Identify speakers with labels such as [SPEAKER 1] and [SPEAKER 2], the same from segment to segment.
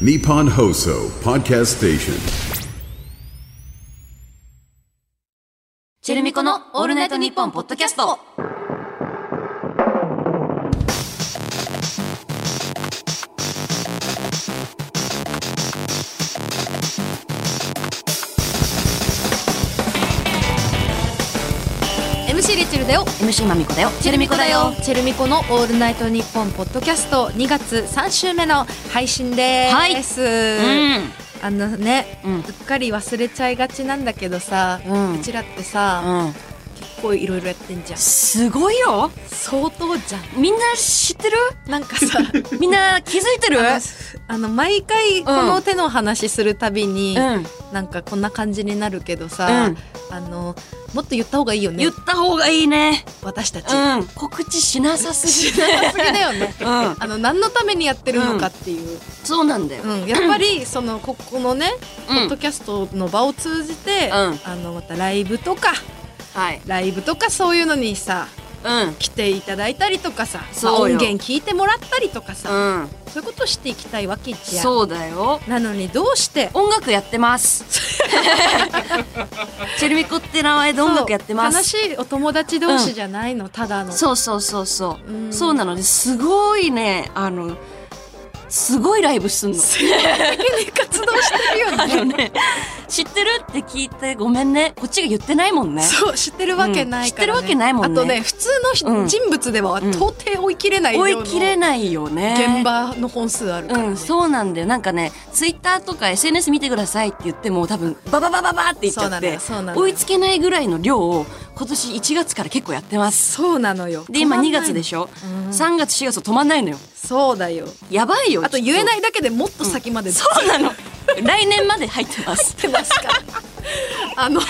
[SPEAKER 1] Nippon Hoso Podcast Station.
[SPEAKER 2] チェルミコのオールナイトニッポンポッドキャスト。
[SPEAKER 3] MC リチルだよ
[SPEAKER 2] MC まみこだよ。チェルミコだよ。
[SPEAKER 3] チェルミコの「オールナイトニッポン」ポッドキャスト2月3週目の配信です、
[SPEAKER 2] うん。
[SPEAKER 3] あのね、
[SPEAKER 2] う
[SPEAKER 3] うんっかり忘れちゃいがちなんだけどさ、
[SPEAKER 2] う
[SPEAKER 3] うんちらってさ、
[SPEAKER 2] うん。
[SPEAKER 3] 結構いろいろやってんじゃん
[SPEAKER 2] すごいよ。
[SPEAKER 3] 相当じゃん
[SPEAKER 2] みんな知ってる
[SPEAKER 3] なんか さ
[SPEAKER 2] みんな気づいてる
[SPEAKER 3] あのあの毎回この手の話するたびに、
[SPEAKER 2] うん。
[SPEAKER 3] なんかこんな感じになるけどさ、
[SPEAKER 2] うん
[SPEAKER 3] あのもっと言った方がいいよね
[SPEAKER 2] 言った方がいいね。
[SPEAKER 3] 私たち、
[SPEAKER 2] うん。告知しなさすぎ
[SPEAKER 3] 長すぎだよね
[SPEAKER 2] うん
[SPEAKER 3] あの何のためにやってるのかっていう、
[SPEAKER 2] そうなんだよ。
[SPEAKER 3] うん、やっぱりそのここのね、
[SPEAKER 2] うん
[SPEAKER 3] ポッドキャストの場を通じて、
[SPEAKER 2] ん
[SPEAKER 3] あのまたライブとか
[SPEAKER 2] はい。
[SPEAKER 3] ライブとかそういうのにさ
[SPEAKER 2] うん。
[SPEAKER 3] 来ていただいたりとかさ、ま
[SPEAKER 2] そう
[SPEAKER 3] あ
[SPEAKER 2] よ
[SPEAKER 3] 音源聞いてもらったりとかさ、
[SPEAKER 2] うん。
[SPEAKER 3] そういうことをしていきたいわけじゃん
[SPEAKER 2] そうだよ。
[SPEAKER 3] なのにどうして
[SPEAKER 2] 音楽やってます。 チェルミコって名前で音楽やってま
[SPEAKER 3] そう
[SPEAKER 2] す。
[SPEAKER 3] 悲しいお友達同士じゃないの、ただの
[SPEAKER 2] そうそうそうそう、
[SPEAKER 3] うん
[SPEAKER 2] そうなのですごいねあのすごいライブすんの
[SPEAKER 3] 的に活動してるよ
[SPEAKER 2] あ
[SPEAKER 3] ね
[SPEAKER 2] のね知ってるって聞いてごめんねこっちが言ってないもんね
[SPEAKER 3] そう知ってるわけな
[SPEAKER 2] うん
[SPEAKER 3] いから、ね
[SPEAKER 2] 知ってるわけないもんね
[SPEAKER 3] あとね普通
[SPEAKER 2] うん
[SPEAKER 3] の人物では到底追い切れない
[SPEAKER 2] 追
[SPEAKER 3] 量の
[SPEAKER 2] い切れないよね
[SPEAKER 3] 現場の本数あるから、ね
[SPEAKER 2] うん、そうなんだよ。なんかね、ツイッターとか SNS 見てくださいって言っても、多分、バババババって言っち
[SPEAKER 3] そう
[SPEAKER 2] ゃ
[SPEAKER 3] な
[SPEAKER 2] っ
[SPEAKER 3] の
[SPEAKER 2] て
[SPEAKER 3] よそうな、のよ
[SPEAKER 2] 追いつけないぐらいの量を、今年1月から結構やってます。
[SPEAKER 3] そうなのよ
[SPEAKER 2] で、今2月で
[SPEAKER 3] ょ
[SPEAKER 2] しょ、?3 月、4月止まんないのよ。
[SPEAKER 3] そうだよ
[SPEAKER 2] やばいよ。。
[SPEAKER 3] あと言えないいだけでもっと先までずっ
[SPEAKER 2] そうなの。来年まで入ってます。
[SPEAKER 3] てますから あの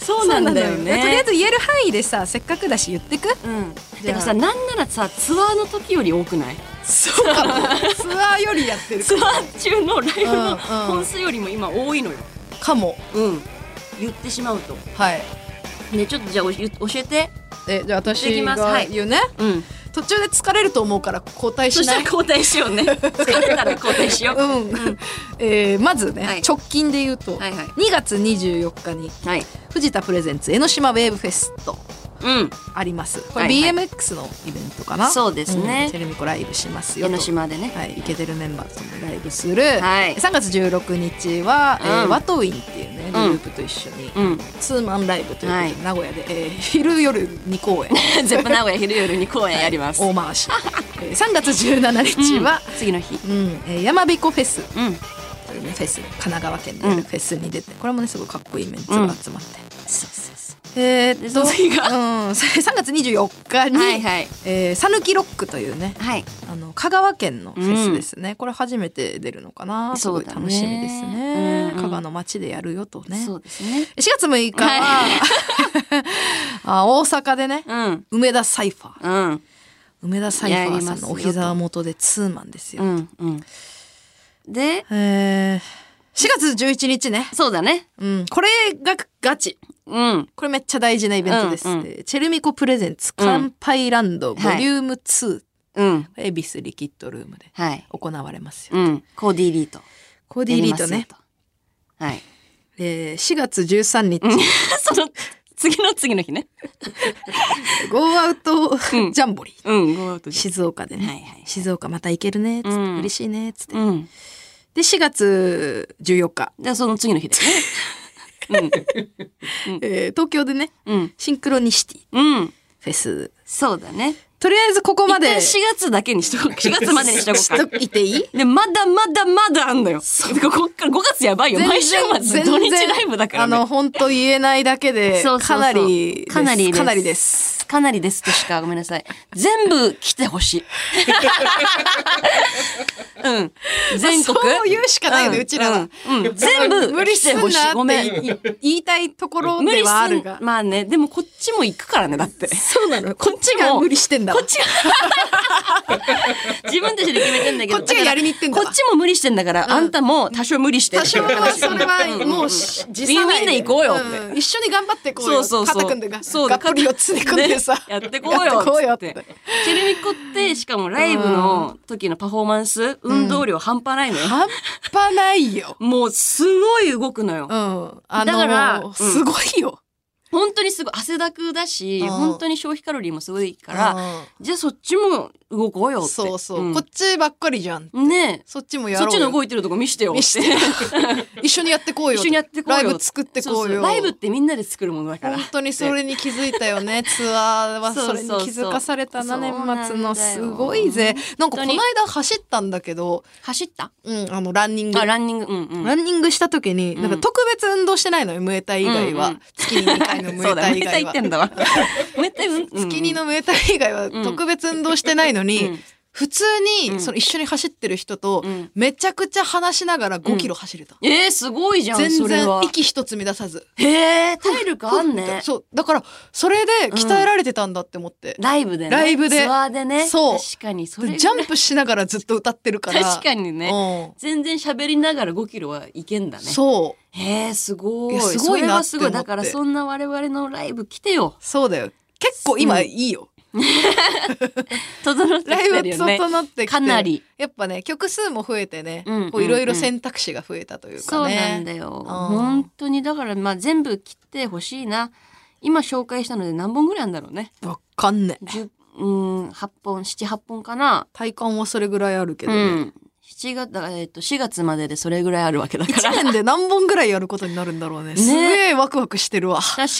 [SPEAKER 3] そう
[SPEAKER 2] なんだよね
[SPEAKER 3] うなのとりあえず言える範囲でさせっかくだし言ってく
[SPEAKER 2] うん。
[SPEAKER 3] じ
[SPEAKER 2] て
[SPEAKER 3] ゃあ
[SPEAKER 2] かさ、なんならさ、ツアーの時より多くない
[SPEAKER 3] そうかもツアーよりやってる
[SPEAKER 2] ツアー中のライブ
[SPEAKER 3] うんう
[SPEAKER 2] の
[SPEAKER 3] ん
[SPEAKER 2] 本数よりも今多いのよ。
[SPEAKER 3] かも
[SPEAKER 2] うん。言ってしまうと。
[SPEAKER 3] はい
[SPEAKER 2] ね、ちょっとじゃあおし教えて。
[SPEAKER 3] えじゃあ
[SPEAKER 2] 行って
[SPEAKER 3] 私
[SPEAKER 2] きますは
[SPEAKER 3] が
[SPEAKER 2] い
[SPEAKER 3] 言うね、
[SPEAKER 2] うん。
[SPEAKER 3] 途中で疲れると思うから交代
[SPEAKER 2] そ
[SPEAKER 3] し
[SPEAKER 2] した
[SPEAKER 3] な
[SPEAKER 2] ら
[SPEAKER 3] い
[SPEAKER 2] 交代しよう ね。疲れたら交代しよ
[SPEAKER 3] う
[SPEAKER 2] う。
[SPEAKER 3] ん、 えーまずね、
[SPEAKER 2] はい
[SPEAKER 3] 直近で言うと、
[SPEAKER 2] はいはい
[SPEAKER 3] 2月24日に
[SPEAKER 2] はい。
[SPEAKER 3] 藤田プレゼンツ江ノ島ウェーブフェスと
[SPEAKER 2] うん。
[SPEAKER 3] ありますこれ
[SPEAKER 2] はいはい
[SPEAKER 3] BMX のイベントかな、
[SPEAKER 2] そうですね
[SPEAKER 3] んチェルミコライブしますよ
[SPEAKER 2] 江
[SPEAKER 3] と
[SPEAKER 2] ノ島でね。
[SPEAKER 3] はい、イケてるメンバーともライブする、
[SPEAKER 2] はい
[SPEAKER 3] 3月16日は、えー
[SPEAKER 2] うん
[SPEAKER 3] ワトウィンっていうねグループと一緒に、
[SPEAKER 2] うん。
[SPEAKER 3] ツーマンライブということで、
[SPEAKER 2] はい
[SPEAKER 3] 名古屋で、えー 昼夜2公 演
[SPEAKER 2] ゼップ名古屋昼夜に公演やります。
[SPEAKER 3] 大回し、えー3月17日は、
[SPEAKER 2] 次の日。
[SPEAKER 3] うんえー山彦フェス
[SPEAKER 2] うん。
[SPEAKER 3] という、ね、フェス神奈川県でやるフェスに出て、これもねすごいかっこいいメンツが集まって、
[SPEAKER 2] そうそうそ
[SPEAKER 3] えーっと、
[SPEAKER 2] で次が
[SPEAKER 3] うん、3月24日に、
[SPEAKER 2] う。はいはい。
[SPEAKER 3] えー、さぬきロックというね
[SPEAKER 2] はい。
[SPEAKER 3] あの香川県のフェスですね、これ初めて出るのかなすごい
[SPEAKER 2] そうだね
[SPEAKER 3] 楽しみですね
[SPEAKER 2] うんうん
[SPEAKER 3] 香川の街でやるよとね
[SPEAKER 2] そうですね。
[SPEAKER 3] 4月6日は、 あ大阪でね、
[SPEAKER 2] うん。
[SPEAKER 3] 梅田サイファー
[SPEAKER 2] うん。
[SPEAKER 3] 梅田サイファー
[SPEAKER 2] や
[SPEAKER 3] さ
[SPEAKER 2] りますよ
[SPEAKER 3] んの
[SPEAKER 2] と
[SPEAKER 3] お膝元でツーマンですよ、
[SPEAKER 2] うん。うん。で、
[SPEAKER 3] えー、4月11日ね、
[SPEAKER 2] そうだね。
[SPEAKER 3] うん、これがガチ
[SPEAKER 2] うん。
[SPEAKER 3] これめっちゃ大事なイベントです、
[SPEAKER 2] うんうん
[SPEAKER 3] えーチェルミコプレゼンツ乾杯ランドボリ
[SPEAKER 2] はい
[SPEAKER 3] ューム2、
[SPEAKER 2] うん。
[SPEAKER 3] 恵比寿リキッドルームで
[SPEAKER 2] はい。
[SPEAKER 3] 行われますよ、
[SPEAKER 2] うん。コーディーリート。
[SPEAKER 3] コーディーリート
[SPEAKER 2] や
[SPEAKER 3] ね
[SPEAKER 2] りますよと。はい。
[SPEAKER 3] えー、4月13日、
[SPEAKER 2] その、次の次の日ね。
[SPEAKER 3] ゴーアウト
[SPEAKER 2] うん
[SPEAKER 3] ジャンボリー、
[SPEAKER 2] うん。ゴーアウトです
[SPEAKER 3] 静岡でね、
[SPEAKER 2] はいはい
[SPEAKER 3] 静岡また行けるねっつって、
[SPEAKER 2] うん
[SPEAKER 3] 嬉しいねっつって、
[SPEAKER 2] うん。
[SPEAKER 3] で4月14日、
[SPEAKER 2] で、その次 の日ですね。
[SPEAKER 3] えー東京でね
[SPEAKER 2] うん。
[SPEAKER 3] シンクロニシティ
[SPEAKER 2] うん。うん。
[SPEAKER 3] フェス
[SPEAKER 2] そうだね。
[SPEAKER 3] とりあえずここまで
[SPEAKER 2] 一旦4月だけにしと こう。4月までにしとこうか。
[SPEAKER 3] しといていい
[SPEAKER 2] で、まだまだまだあんだよ。こっから5月やばいよ。毎週末
[SPEAKER 3] 全
[SPEAKER 2] 土
[SPEAKER 3] 然
[SPEAKER 2] 日ライブだから、ね。
[SPEAKER 3] あの本当言えないだけで
[SPEAKER 2] そうそうそう
[SPEAKER 3] かなりです
[SPEAKER 2] かなりです
[SPEAKER 3] かなりです
[SPEAKER 2] かなりですとしか、ごめんなさい。全部来てほし い。うん。全国。
[SPEAKER 3] そう言うしかないよね、
[SPEAKER 2] ん
[SPEAKER 3] うちらは、
[SPEAKER 2] うんうん全部
[SPEAKER 3] 無理
[SPEAKER 2] 来
[SPEAKER 3] す
[SPEAKER 2] て
[SPEAKER 3] ん
[SPEAKER 2] ほし
[SPEAKER 3] なっ
[SPEAKER 2] い。
[SPEAKER 3] て
[SPEAKER 2] ごめん。
[SPEAKER 3] い言いたいところ
[SPEAKER 2] 無
[SPEAKER 3] で
[SPEAKER 2] 理
[SPEAKER 3] はある
[SPEAKER 2] すん
[SPEAKER 3] が。
[SPEAKER 2] まあね、でもこっちも行くからね、だって。
[SPEAKER 3] そうなのこっち
[SPEAKER 2] も
[SPEAKER 3] が無理してんだわ
[SPEAKER 2] こっ ちが自分たちで決めてんだけど
[SPEAKER 3] こっちがやりに行ってんだ
[SPEAKER 2] こ
[SPEAKER 3] わ
[SPEAKER 2] っちも無理してんだから、あんたも多少無理して
[SPEAKER 3] 多少はそれはもう
[SPEAKER 2] 自
[SPEAKER 3] 自
[SPEAKER 2] 産みんな行こうよって、
[SPEAKER 3] 一緒に頑張っていこう
[SPEAKER 2] そ
[SPEAKER 3] よ
[SPEAKER 2] うそうそう
[SPEAKER 3] 肩組んでが
[SPEAKER 2] そう
[SPEAKER 3] がっぽり四つに組んでさ、
[SPEAKER 2] ねやってこうよ
[SPEAKER 3] やってこうよ
[SPEAKER 2] つ
[SPEAKER 3] っ
[SPEAKER 2] って
[SPEAKER 3] て
[SPEAKER 2] チェルミコってしかもライブの時のパフォーマンス運運動量半端ないのよ。
[SPEAKER 3] 半端ないよ。
[SPEAKER 2] もうすごい動くのよ
[SPEAKER 3] う。ん。あの
[SPEAKER 2] だからうん
[SPEAKER 3] すごいよ。
[SPEAKER 2] 本当にすごい汗だくだし、
[SPEAKER 3] うん
[SPEAKER 2] 本当に消費カロリーもすごいから、じゃあそっちも動こうよ
[SPEAKER 3] う
[SPEAKER 2] っ
[SPEAKER 3] ん
[SPEAKER 2] て。
[SPEAKER 3] そうそう、
[SPEAKER 2] ん
[SPEAKER 3] こっちばっかりじゃん。
[SPEAKER 2] ね
[SPEAKER 3] そっちも
[SPEAKER 2] え。
[SPEAKER 3] や
[SPEAKER 2] そ
[SPEAKER 3] ろ
[SPEAKER 2] っ
[SPEAKER 3] うよ。
[SPEAKER 2] ちの動いてるとこ見してよって。
[SPEAKER 3] 見して 一緒にやってこうよ。
[SPEAKER 2] 一緒にやってこうよ
[SPEAKER 3] ライブ作ってこ
[SPEAKER 2] そううそ
[SPEAKER 3] よ。
[SPEAKER 2] うライブってみんなで作るものだから
[SPEAKER 3] 本。当にそれに気づいたよね。ツアーはそれに気づかされた
[SPEAKER 2] そう
[SPEAKER 3] な、
[SPEAKER 2] そう
[SPEAKER 3] 年
[SPEAKER 2] そう
[SPEAKER 3] 末の。
[SPEAKER 2] そう
[SPEAKER 3] す
[SPEAKER 2] なんだよ
[SPEAKER 3] ごいぜ。なん
[SPEAKER 2] 本
[SPEAKER 3] かこの
[SPEAKER 2] 当に
[SPEAKER 3] 間走ったんだけど、
[SPEAKER 2] 走った
[SPEAKER 3] うん、あの、ランニング。
[SPEAKER 2] あ、ランニング。うんうん。
[SPEAKER 3] ランニングした時に、なんか特別運動してないのよ、ムエタイ以外は。
[SPEAKER 2] うんうん
[SPEAKER 3] 月に2回のム
[SPEAKER 2] そ
[SPEAKER 3] エ
[SPEAKER 2] うだ、
[SPEAKER 3] タイ
[SPEAKER 2] め
[SPEAKER 3] 以
[SPEAKER 2] った言
[SPEAKER 3] 外
[SPEAKER 2] って。
[SPEAKER 3] は
[SPEAKER 2] んだ わ。めった言うんうん。
[SPEAKER 3] 月にのムエタイ以外は特別運動してないのに、
[SPEAKER 2] うん
[SPEAKER 3] 普通にその一緒に走ってる人と
[SPEAKER 2] うん
[SPEAKER 3] めちゃくちゃ話しながら5キロ走れた。
[SPEAKER 2] えー、すごいじゃん、
[SPEAKER 3] 全
[SPEAKER 2] それ
[SPEAKER 3] 然
[SPEAKER 2] は。
[SPEAKER 3] 息一つ乱さず。
[SPEAKER 2] へえ、体力あんね。
[SPEAKER 3] そう。だから、それで鍛えられてたんだって思って。
[SPEAKER 2] ライブでね。
[SPEAKER 3] ライブで
[SPEAKER 2] ツアーでね。
[SPEAKER 3] そう
[SPEAKER 2] 確かに、そ
[SPEAKER 3] で
[SPEAKER 2] れ。
[SPEAKER 3] ジャンプしながらずっと歌ってるから。
[SPEAKER 2] 確かにね
[SPEAKER 3] うん
[SPEAKER 2] 全然喋りながら5キロはいけんだね。
[SPEAKER 3] そう。
[SPEAKER 2] へえ、すご
[SPEAKER 3] い
[SPEAKER 2] い。
[SPEAKER 3] やすごい
[SPEAKER 2] それ
[SPEAKER 3] な
[SPEAKER 2] は
[SPEAKER 3] って
[SPEAKER 2] す
[SPEAKER 3] 思
[SPEAKER 2] ご
[SPEAKER 3] って
[SPEAKER 2] い。だから、そんな我々のライブ来てよ。
[SPEAKER 3] そうだよ。結構今
[SPEAKER 2] うん
[SPEAKER 3] いいよ。
[SPEAKER 2] 整って
[SPEAKER 3] ラ
[SPEAKER 2] きてる
[SPEAKER 3] イブ
[SPEAKER 2] よね。
[SPEAKER 3] 整ってきて。
[SPEAKER 2] かなり。
[SPEAKER 3] やっぱね、曲数も増えてね、
[SPEAKER 2] うん
[SPEAKER 3] こういろいろ
[SPEAKER 2] うんうん
[SPEAKER 3] 選択肢が増えたという
[SPEAKER 2] そ
[SPEAKER 3] か
[SPEAKER 2] う
[SPEAKER 3] ね。
[SPEAKER 2] なんだよ。
[SPEAKER 3] あー
[SPEAKER 2] 本当に、だから、まあ全部切ってほしいな。今紹介したので何本ぐらいあるんだろうね。
[SPEAKER 3] わかんねえ。
[SPEAKER 2] 10、うん、8本、7、8本かな。
[SPEAKER 3] 体感はそれぐらいあるけど
[SPEAKER 2] う
[SPEAKER 3] ね。
[SPEAKER 2] ん。7月、だからえっと、4月まででそれぐらいあるわけだか
[SPEAKER 3] 一
[SPEAKER 2] ら。
[SPEAKER 3] 年で何本ぐらいやることになるんだろうね。
[SPEAKER 2] ね
[SPEAKER 3] すげえワクワクしてるわ。
[SPEAKER 2] 確かに。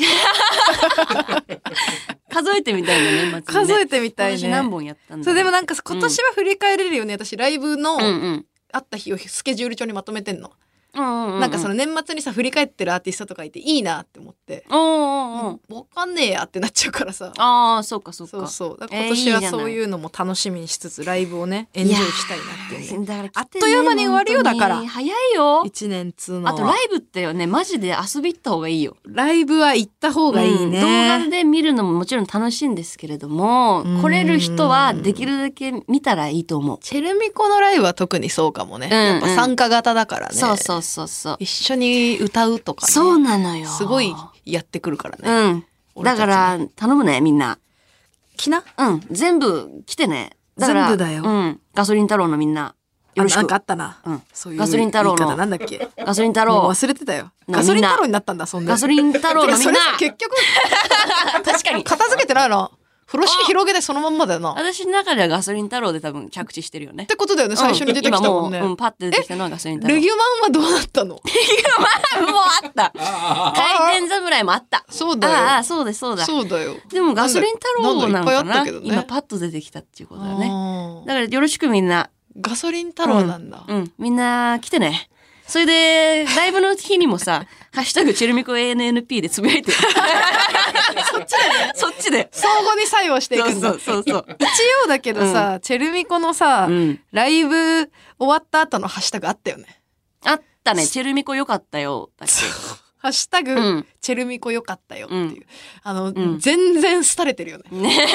[SPEAKER 2] 数えてみたいな年末にね。
[SPEAKER 3] 数えてみたい
[SPEAKER 2] 今年何
[SPEAKER 3] ね。
[SPEAKER 2] 本やったんだ
[SPEAKER 3] そうでも
[SPEAKER 2] な
[SPEAKER 3] なんか今年は振り返れるよね。私ライブの
[SPEAKER 2] うんうん。
[SPEAKER 3] あった日をスケジュール帳にまとめてんの。
[SPEAKER 2] うんうんうん。
[SPEAKER 3] なんかその年末にさ振り返ってるアーティストとかいていいなって思って。
[SPEAKER 2] おうおうおう
[SPEAKER 3] わかんねえやってなっちゃうからさ。
[SPEAKER 2] ああ、そうかそうか。
[SPEAKER 3] そうそう。だから
[SPEAKER 2] えー
[SPEAKER 3] 今年はい
[SPEAKER 2] いじゃない
[SPEAKER 3] そういうのも楽しみにしつつライブをねエンジョイしたいなっていうね。
[SPEAKER 2] だから
[SPEAKER 3] あっという間に終わるよだから
[SPEAKER 2] 本当に早いよ。
[SPEAKER 3] 一年通のは
[SPEAKER 2] あとライブってよね、マジで遊び行った方がいいよ。
[SPEAKER 3] ライブは行った方がいいね。
[SPEAKER 2] うん動画で見るのももちろん楽しいんですけれども、
[SPEAKER 3] うん
[SPEAKER 2] 来れる人はできるだけ見たらいいと思う。
[SPEAKER 3] チェルミコのライブは特にそうかもね。
[SPEAKER 2] うんうん
[SPEAKER 3] やっぱ参加型だからね。
[SPEAKER 2] そうそうそうそう。
[SPEAKER 3] 一緒に歌うとかね。
[SPEAKER 2] そうなのよ。
[SPEAKER 3] すごいやってくるからね。
[SPEAKER 2] うん。
[SPEAKER 3] 俺
[SPEAKER 2] だ
[SPEAKER 3] たち
[SPEAKER 2] か
[SPEAKER 3] ね
[SPEAKER 2] ら、頼むね、みんな。
[SPEAKER 3] きな
[SPEAKER 2] うん。全部来てね。だから
[SPEAKER 3] 全部だよ
[SPEAKER 2] うん。ガソリン太郎のみんな。よろし
[SPEAKER 3] あなん
[SPEAKER 2] く
[SPEAKER 3] か。あったな。
[SPEAKER 2] うん
[SPEAKER 3] そういう
[SPEAKER 2] ガソリン太郎の
[SPEAKER 3] 言い方なんだっけ
[SPEAKER 2] ガソリン太
[SPEAKER 3] もう
[SPEAKER 2] 郎。
[SPEAKER 3] 忘れてたよ。
[SPEAKER 2] な
[SPEAKER 3] ガソリン太郎になったんだ、そんな。
[SPEAKER 2] ガソリン太郎のみ
[SPEAKER 3] て
[SPEAKER 2] ん
[SPEAKER 3] か
[SPEAKER 2] な。
[SPEAKER 3] それ結局、 確かに。片付けてないな。風呂敷広げてそのまんまだよな。っ
[SPEAKER 2] 私の中ではガソリン太郎で多分着地してるよね。
[SPEAKER 3] てことだよね、最初に出てきたもんね。
[SPEAKER 2] う今もう、うん、パッて出てきたのはガソリン太郎。
[SPEAKER 3] レギュマンはどうなったの
[SPEAKER 2] もうあった。回転侍もあった。
[SPEAKER 3] そうだよ
[SPEAKER 2] ああ、そうです、そうだ。
[SPEAKER 3] そうだよ。
[SPEAKER 2] でもガソリン太郎なのか
[SPEAKER 3] なんだいっぱいあ
[SPEAKER 2] な
[SPEAKER 3] ったけどね
[SPEAKER 2] 今パッと出てきたっていうことだよね。
[SPEAKER 3] あー
[SPEAKER 2] だからよろしくみんな。
[SPEAKER 3] ガソリン太郎なんだ。
[SPEAKER 2] うん、みんな来てね。それで、ライブの日にも さ、ハッシュタグチェルミコ ANNP でつぶやいてる。そっちでそっちで。
[SPEAKER 3] 相互に作用してい
[SPEAKER 2] そう
[SPEAKER 3] く
[SPEAKER 2] んそ
[SPEAKER 3] だ
[SPEAKER 2] う。そうそう。
[SPEAKER 3] 一応だけどさ、チェルミコのさ、
[SPEAKER 2] うん
[SPEAKER 3] ライブ終わった後のハッシュタグあったよね。
[SPEAKER 2] あったね、チェルミコ良かったよ。だっ
[SPEAKER 3] ハッシュタグ、
[SPEAKER 2] うん
[SPEAKER 3] チェルミコ良かったよっていう。
[SPEAKER 2] うん
[SPEAKER 3] あの、
[SPEAKER 2] ん
[SPEAKER 3] 全然廃れてるよね。
[SPEAKER 2] けね。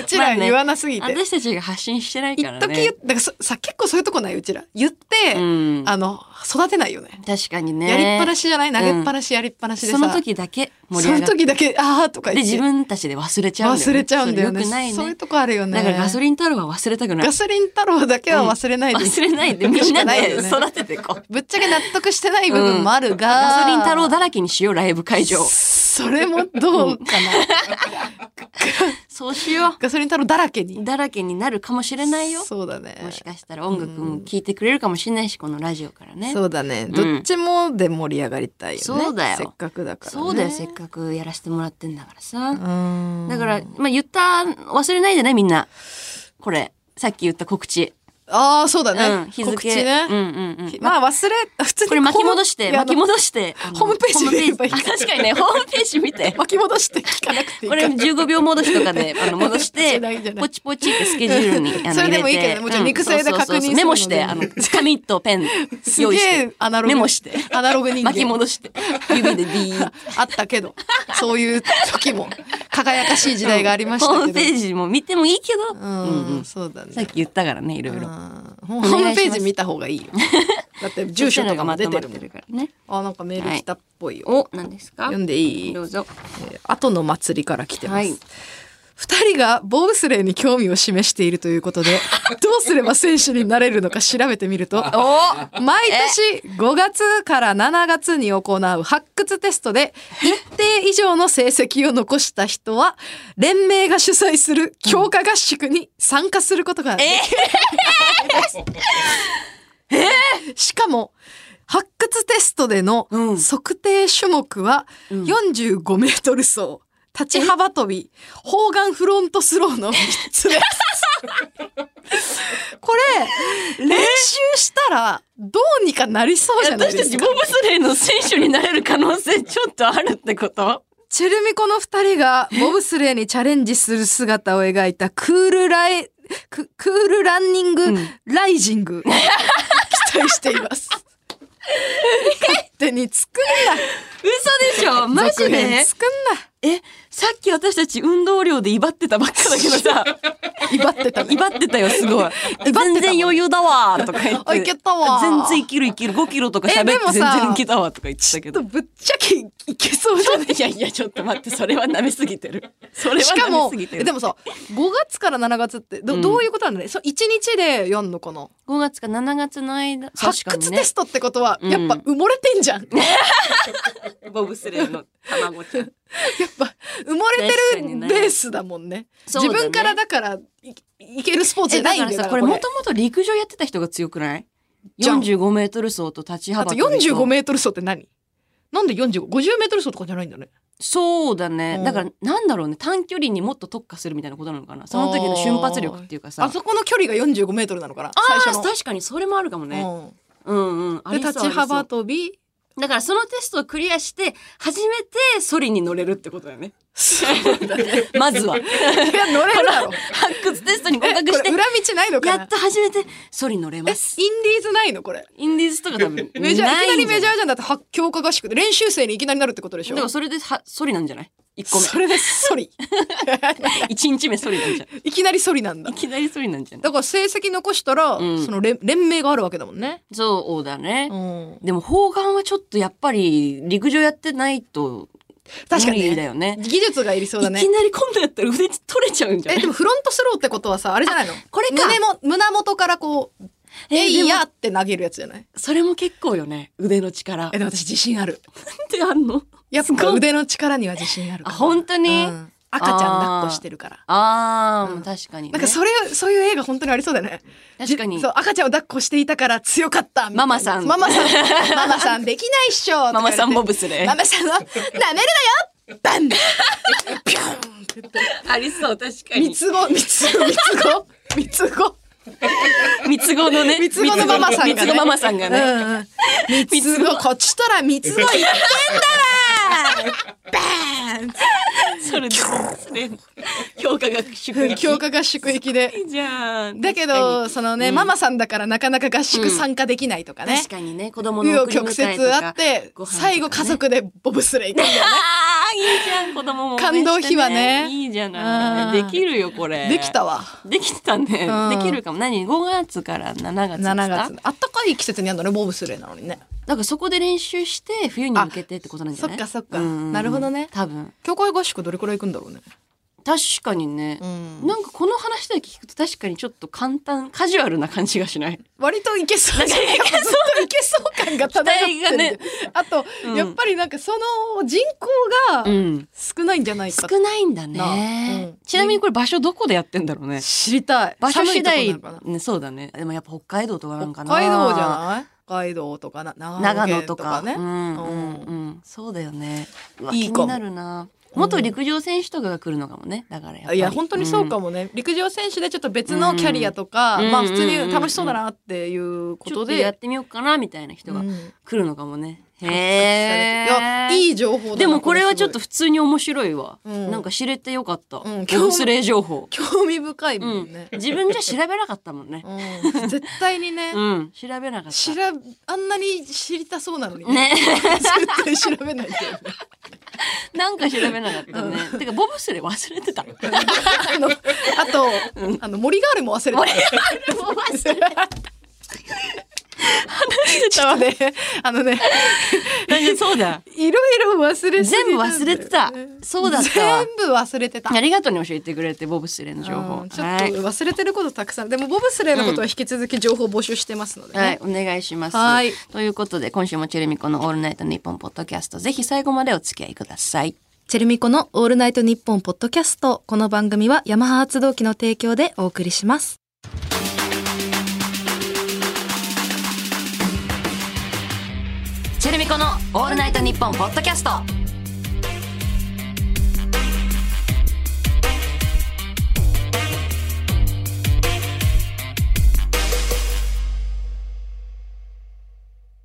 [SPEAKER 3] うちら言わなすぎて。
[SPEAKER 2] 私たちが発信してない
[SPEAKER 3] 一
[SPEAKER 2] から
[SPEAKER 3] 時
[SPEAKER 2] ね。
[SPEAKER 3] 言っだからそさ結構そういうとこないうちら言って、
[SPEAKER 2] うん
[SPEAKER 3] あの育てないよね
[SPEAKER 2] 確かにね。
[SPEAKER 3] やりっぱなしじゃない
[SPEAKER 2] ん
[SPEAKER 3] 投げっぱなしやりっぱなしでさ、
[SPEAKER 2] その時だけ盛
[SPEAKER 3] そ
[SPEAKER 2] り上
[SPEAKER 3] の
[SPEAKER 2] がって。
[SPEAKER 3] 時だけああとか
[SPEAKER 2] で、
[SPEAKER 3] 言って
[SPEAKER 2] 自分たちで忘れちゃうんだよ
[SPEAKER 3] 忘
[SPEAKER 2] ね。
[SPEAKER 3] れちゃうんだよね
[SPEAKER 2] それ良くないね。
[SPEAKER 3] そういうとこあるよね
[SPEAKER 2] だからガソリン太郎は忘れたくない
[SPEAKER 3] ガ。ソリン太郎だけは忘れないで、
[SPEAKER 2] 忘れ ないでみんなで
[SPEAKER 3] よね
[SPEAKER 2] 育てていこう。
[SPEAKER 3] ぶっちゃけ納得してない部分もあるが、
[SPEAKER 2] ガソリン太郎だらけにしよう、ライブ会場。
[SPEAKER 3] それもどうかな
[SPEAKER 2] そうしよ
[SPEAKER 3] ガソリン太郎だらけ
[SPEAKER 2] う。
[SPEAKER 3] に
[SPEAKER 2] だらけになるかもしれないよ。
[SPEAKER 3] そうだね
[SPEAKER 2] もしかしたら音楽も聴いてくれるかもしれないし、このラジオからね。
[SPEAKER 3] そうだねどっちもで盛り上がりたいよね、
[SPEAKER 2] そうだよ
[SPEAKER 3] せっかくだから、ね、
[SPEAKER 2] そうだよ、せっかくやらせてもらってんだから
[SPEAKER 3] う
[SPEAKER 2] さ。
[SPEAKER 3] ん
[SPEAKER 2] だから、まあ、言った、忘れないでね、みんな。これ、さっき言った告知。
[SPEAKER 3] ああそうだね、
[SPEAKER 2] うん、日付。
[SPEAKER 3] 告知ね、
[SPEAKER 2] うんうんうん。
[SPEAKER 3] まあ忘れ普通に
[SPEAKER 2] これ巻き戻して、
[SPEAKER 3] いやあ
[SPEAKER 2] 巻
[SPEAKER 3] の
[SPEAKER 2] き戻して。あの
[SPEAKER 3] ホームページ見ればいい
[SPEAKER 2] ホームページあ確か にね、ホームページ見て。
[SPEAKER 3] 巻き戻して聞かなくてい
[SPEAKER 2] こ
[SPEAKER 3] いか
[SPEAKER 2] れ
[SPEAKER 3] ら
[SPEAKER 2] 15秒戻しとか で、あの、戻し
[SPEAKER 3] じ
[SPEAKER 2] て
[SPEAKER 3] ゃないじゃな、い
[SPEAKER 2] ポチポチってスケジュールに、あの、
[SPEAKER 3] それ
[SPEAKER 2] 入
[SPEAKER 3] で
[SPEAKER 2] れ
[SPEAKER 3] もいいけどね
[SPEAKER 2] て
[SPEAKER 3] もちろん肉声で
[SPEAKER 2] そうそうそう
[SPEAKER 3] 確認するので
[SPEAKER 2] メモして、あの、紙とペン
[SPEAKER 3] す
[SPEAKER 2] 用意
[SPEAKER 3] げ
[SPEAKER 2] し
[SPEAKER 3] え
[SPEAKER 2] て、
[SPEAKER 3] アナログ
[SPEAKER 2] メモして、
[SPEAKER 3] アナログ人間
[SPEAKER 2] 巻き戻 して、指でビーって。
[SPEAKER 3] あったけどそういう時も輝かしい時代がありましたけど、
[SPEAKER 2] ホームページも見てもいいけど、
[SPEAKER 3] うん、
[SPEAKER 2] うんうん
[SPEAKER 3] そうだね
[SPEAKER 2] さっき言ったからね、いろいろ。
[SPEAKER 3] うんホームページ見た方がいいよだって住所とかも出てる
[SPEAKER 2] そっ
[SPEAKER 3] も
[SPEAKER 2] ちのがまとまって
[SPEAKER 3] ん
[SPEAKER 2] るからね。
[SPEAKER 3] あなんかメール来たっぽいよ、
[SPEAKER 2] お、何ですか
[SPEAKER 3] 読んでいい
[SPEAKER 2] どうぞ。
[SPEAKER 3] えー後の祭りから来てます、
[SPEAKER 2] はい
[SPEAKER 3] 二人がボブスレーに興味を示しているというこ とで、どうすれば選手になれるのか調べてみると、 毎年5月から7月に行う発掘テストで、一定以上の成績を残した人は、連盟が主催する強化合宿に参加することができる。 しかも、発掘テストでの
[SPEAKER 2] うん
[SPEAKER 3] 測定種目は、45メートル走、立ち幅跳び、砲丸フロントスローの3つです。これ、練習したら、どうにかなりそうじゃない
[SPEAKER 2] 私
[SPEAKER 3] で
[SPEAKER 2] た
[SPEAKER 3] す
[SPEAKER 2] ち
[SPEAKER 3] か
[SPEAKER 2] ボ。ブスレーの選手になれる可能性ちょっとあるってこと
[SPEAKER 3] チェルミコの2人がボブスレーにチャレンジする姿を描いたクールライ、ククールランニング、
[SPEAKER 2] うん
[SPEAKER 3] ライジング、期待しています。勝手に作
[SPEAKER 2] 嘘でし ょ
[SPEAKER 3] んな。
[SPEAKER 2] マジ
[SPEAKER 3] 続編
[SPEAKER 2] で
[SPEAKER 3] 作ん
[SPEAKER 2] え、さっき私たち運動量で威張ってたばっかだけどさ、
[SPEAKER 3] な。威張ってた ね
[SPEAKER 2] 威。張ってたよ、すごい。
[SPEAKER 3] 威張ってた
[SPEAKER 2] 全然余裕だわーとか言って。
[SPEAKER 3] あいけたわー
[SPEAKER 2] 全然いけるいける、5キロとか喋っ
[SPEAKER 3] えで
[SPEAKER 2] て
[SPEAKER 3] もさ
[SPEAKER 2] 全然いけたわとか言ってた
[SPEAKER 3] ちょ
[SPEAKER 2] け
[SPEAKER 3] っ
[SPEAKER 2] ど
[SPEAKER 3] と。ぶっちゃけいけそうじゃない
[SPEAKER 2] いやいや、ちょっと待って、それは舐めすぎてる。それは
[SPEAKER 3] しか
[SPEAKER 2] 舐め
[SPEAKER 3] も、
[SPEAKER 2] すぎて
[SPEAKER 3] え
[SPEAKER 2] る。
[SPEAKER 3] でもさ、5月から7月ってど、
[SPEAKER 2] うん
[SPEAKER 3] どういうことなんだね。そう、1日でやんのかな。
[SPEAKER 2] 5月か7月の間、
[SPEAKER 3] 発掘テストってことは、
[SPEAKER 2] うん
[SPEAKER 3] やっぱ埋もれてんじゃ ん。やっ
[SPEAKER 2] ボブスレーの卵ちゃん。
[SPEAKER 3] ぱ、埋もれて
[SPEAKER 2] 確かに
[SPEAKER 3] る
[SPEAKER 2] ね
[SPEAKER 3] ベースだもんね。
[SPEAKER 2] そうだね
[SPEAKER 3] 自分からだからい、いけるスポーツじ
[SPEAKER 2] え、
[SPEAKER 3] ゃな
[SPEAKER 2] だ
[SPEAKER 3] いん
[SPEAKER 2] から
[SPEAKER 3] だ
[SPEAKER 2] さ、こ
[SPEAKER 3] よ。だから
[SPEAKER 2] れもともと陸上やってた人が強くない
[SPEAKER 3] じゃん
[SPEAKER 2] ?45 メートル走と立ち
[SPEAKER 3] あ
[SPEAKER 2] 幅
[SPEAKER 3] と
[SPEAKER 2] 跳びと
[SPEAKER 3] 45メートル走って何なんで45、50メートル走とかじゃないんだね。
[SPEAKER 2] そうだね、
[SPEAKER 3] うん
[SPEAKER 2] だからなんだろうね短距離にもっと特化するみたいなことなのかなその時の瞬発力っていうかさ
[SPEAKER 3] あそこの距離が45メートルなのかな
[SPEAKER 2] あ
[SPEAKER 3] 最
[SPEAKER 2] ー
[SPEAKER 3] 初の。
[SPEAKER 2] 確かにそれもあるかもね、うんうん
[SPEAKER 3] う
[SPEAKER 2] あ
[SPEAKER 3] んで、
[SPEAKER 2] りそう
[SPEAKER 3] 立ち
[SPEAKER 2] あ
[SPEAKER 3] 幅
[SPEAKER 2] り
[SPEAKER 3] 跳び。
[SPEAKER 2] そうだからそのテストをクリアして初めてソリに乗れるってことだよね まずはい
[SPEAKER 3] や、乗れるだろ。
[SPEAKER 2] 発掘テストに合
[SPEAKER 3] えこ
[SPEAKER 2] 格
[SPEAKER 3] れ
[SPEAKER 2] して
[SPEAKER 3] 裏道ないのか
[SPEAKER 2] や
[SPEAKER 3] な
[SPEAKER 2] っと初めてソリ乗れ
[SPEAKER 3] え、イ
[SPEAKER 2] ま
[SPEAKER 3] ン
[SPEAKER 2] す
[SPEAKER 3] ディーズないのこれ。
[SPEAKER 2] インディーズとか多 分
[SPEAKER 3] メジャー、い
[SPEAKER 2] な
[SPEAKER 3] きないり
[SPEAKER 2] んじゃな
[SPEAKER 3] メジャ
[SPEAKER 2] い
[SPEAKER 3] ーじゃんだって、発強化合宿で練習生にいきなりなるってことでしょ
[SPEAKER 2] でもそれではソリなんじゃない1個
[SPEAKER 3] それでソリ。
[SPEAKER 2] 目1日目ソリなんじゃない
[SPEAKER 3] いきなりソリなんだ
[SPEAKER 2] い。きなりソリなんじゃない
[SPEAKER 3] だから成績残したら、
[SPEAKER 2] うん
[SPEAKER 3] その連連盟があるわけだもんね。
[SPEAKER 2] そうだね、
[SPEAKER 3] うん、
[SPEAKER 2] でも砲丸はちょっとやっぱり陸上やってないと
[SPEAKER 3] 確かにね
[SPEAKER 2] 無理だよね。
[SPEAKER 3] 技術がいりそうだ
[SPEAKER 2] い
[SPEAKER 3] ね
[SPEAKER 2] き。なり今度やったら腕取れちゃうんじゃ
[SPEAKER 3] え、
[SPEAKER 2] ない
[SPEAKER 3] でもフロントスローってことはさ、あれじゃないの
[SPEAKER 2] これか
[SPEAKER 3] 胸も、胸元からこう、
[SPEAKER 2] え
[SPEAKER 3] え
[SPEAKER 2] で
[SPEAKER 3] い
[SPEAKER 2] も
[SPEAKER 3] やって投げるやつじゃない
[SPEAKER 2] それも結構よね腕の力。
[SPEAKER 3] え、でも私自信ある。
[SPEAKER 2] ってあんの
[SPEAKER 3] やっ
[SPEAKER 2] す
[SPEAKER 3] ぱ
[SPEAKER 2] ごい
[SPEAKER 3] 腕の力には自信あるか
[SPEAKER 2] あ
[SPEAKER 3] ら。
[SPEAKER 2] 本当に、
[SPEAKER 3] うん赤ちゃん抱っこしてるから。
[SPEAKER 2] あー、
[SPEAKER 3] うん
[SPEAKER 2] 確かに、ね。
[SPEAKER 3] なんかそれ、そういう映画本当にありそうだよね。
[SPEAKER 2] 確かに
[SPEAKER 3] じそう、赤ちゃんを抱っこしていたから強かったみたい
[SPEAKER 2] マ
[SPEAKER 3] な
[SPEAKER 2] マさん
[SPEAKER 3] ママさん。ママさんできないっしょ。
[SPEAKER 2] ママさんボ
[SPEAKER 3] も
[SPEAKER 2] ブスレ
[SPEAKER 3] マ
[SPEAKER 2] ー。
[SPEAKER 3] マさんは、舐めるなよバンピョンって言って。
[SPEAKER 2] ありそう確か
[SPEAKER 3] 三つ子、三つ子、三つ子、三つ子。
[SPEAKER 2] 三つ子のね。
[SPEAKER 3] 三つ子のママさんがね。
[SPEAKER 2] 三つ子ママさんがね。
[SPEAKER 3] うんうん。三つ子、こっちとら三つ子いってんだ
[SPEAKER 2] それでボブスレーの強化学宿
[SPEAKER 3] わ
[SPEAKER 2] 行き
[SPEAKER 3] 強化合宿行きで。
[SPEAKER 2] じゃん。
[SPEAKER 3] だけど、そのね、ママさんだからなかなか合宿参加できないとかね
[SPEAKER 2] 確。かにね子供
[SPEAKER 3] 紆
[SPEAKER 2] の
[SPEAKER 3] 余
[SPEAKER 2] 送り迎
[SPEAKER 3] 曲
[SPEAKER 2] えと
[SPEAKER 3] 折
[SPEAKER 2] か
[SPEAKER 3] あって、
[SPEAKER 2] ご飯とかね
[SPEAKER 3] 最後家族でボブスレー行くんだよね。
[SPEAKER 2] ああいいじゃん子供も応援して、
[SPEAKER 3] 感動秘話ね
[SPEAKER 2] いいじゃな
[SPEAKER 3] う
[SPEAKER 2] い
[SPEAKER 3] ん
[SPEAKER 2] できるよこれ
[SPEAKER 3] できたわ。
[SPEAKER 2] できたね、
[SPEAKER 3] う
[SPEAKER 2] で
[SPEAKER 3] ん
[SPEAKER 2] きるかも何5月から7月ですか
[SPEAKER 3] 7月。あったかい季節にあるのね、ボブスレーなのにね。
[SPEAKER 2] だからそこで練習して冬に向けてってことなんじゃない
[SPEAKER 3] あそっかそっか
[SPEAKER 2] うん
[SPEAKER 3] なるほどね
[SPEAKER 2] 多分
[SPEAKER 3] 教会合宿どれくらい行くんだろうね。
[SPEAKER 2] 確かにね、
[SPEAKER 3] ん
[SPEAKER 2] なんかこの話だけ聞くと確かにちょっと簡単カジュアルな感じがしない
[SPEAKER 3] 割といけそうじゃん
[SPEAKER 2] なんかいけそう
[SPEAKER 3] ずっといけそう感が漂ってる
[SPEAKER 2] 期待がね
[SPEAKER 3] あと、
[SPEAKER 2] うん
[SPEAKER 3] やっぱりなんかその人口
[SPEAKER 2] う
[SPEAKER 3] が
[SPEAKER 2] ん
[SPEAKER 3] 少ないんじゃないか、
[SPEAKER 2] 少ないんだ
[SPEAKER 3] な
[SPEAKER 2] ね、
[SPEAKER 3] うん
[SPEAKER 2] ちなみにこれ場所どこでやってんだろうね
[SPEAKER 3] 知りたい
[SPEAKER 2] 場所次
[SPEAKER 3] 寒い
[SPEAKER 2] 第
[SPEAKER 3] とこなのか
[SPEAKER 2] ねそうだねでもやっぱ北海道とかな
[SPEAKER 3] なん
[SPEAKER 2] かな
[SPEAKER 3] 北海道じゃない北海道とかな長
[SPEAKER 2] 長
[SPEAKER 3] 野
[SPEAKER 2] 野
[SPEAKER 3] と
[SPEAKER 2] と
[SPEAKER 3] か
[SPEAKER 2] か
[SPEAKER 3] ね、
[SPEAKER 2] うんうん
[SPEAKER 3] う
[SPEAKER 2] うん、そうだよねうわ
[SPEAKER 3] いい
[SPEAKER 2] 気
[SPEAKER 3] かも
[SPEAKER 2] になるな元陸上選手とかが来るのかもねだからやっぱり
[SPEAKER 3] いや本当にそうか
[SPEAKER 2] も、
[SPEAKER 3] もね、陸上選手でちょっと別のキャリアとか、
[SPEAKER 2] うん
[SPEAKER 3] まあ普通に楽しそうだなっていうこ
[SPEAKER 2] ちょ
[SPEAKER 3] と
[SPEAKER 2] っとやっ
[SPEAKER 3] で、
[SPEAKER 2] てみようかなみたいな人
[SPEAKER 3] う
[SPEAKER 2] が
[SPEAKER 3] ん
[SPEAKER 2] 来るのかもね、
[SPEAKER 3] いや
[SPEAKER 2] へえ
[SPEAKER 3] いい情報だな
[SPEAKER 2] でもこれはちょっと
[SPEAKER 3] す
[SPEAKER 2] 普通に面白いわ、
[SPEAKER 3] うん
[SPEAKER 2] なんか知れてよかった、うんボブスレー情 報、
[SPEAKER 3] ごい興味深いも
[SPEAKER 2] うん
[SPEAKER 3] んね、
[SPEAKER 2] 自分じゃ調べなかったもんね
[SPEAKER 3] うん絶対にね、
[SPEAKER 2] うん、調べなかっ
[SPEAKER 3] 知
[SPEAKER 2] た
[SPEAKER 3] らあんなに知りたそうなのに、
[SPEAKER 2] ね
[SPEAKER 3] 絶対調べないけどね
[SPEAKER 2] なんか調べなかったね、てかボブスレー忘れてた
[SPEAKER 3] あのあと、あの森ガールも忘れて
[SPEAKER 2] 俺もう忘れて
[SPEAKER 3] たちょっとねあのね
[SPEAKER 2] たそうだ
[SPEAKER 3] いろいろ忘れすぎ
[SPEAKER 2] 全部忘れてた
[SPEAKER 3] なんだよね
[SPEAKER 2] そうだったわ
[SPEAKER 3] 全部忘れてた。
[SPEAKER 2] ありがとうに教えてくれてボブスレーの情報
[SPEAKER 3] うんちょっと
[SPEAKER 2] はい、
[SPEAKER 3] 忘れてることたくさん。でもボブスレーのことは引き続き情報募集してますのでね。
[SPEAKER 2] はい、お願いします
[SPEAKER 3] はい
[SPEAKER 2] ということで今週もチェルミコの「オールナイトニッポン」ポッドキャストぜひ最後までお付き合いください
[SPEAKER 3] チェルミコのオールナイトニッポンポッドキャスト。この番組はヤマハ発動機の提供でお送りします。
[SPEAKER 2] チェルミコの「オールナイトニッポン」ポッドキャスト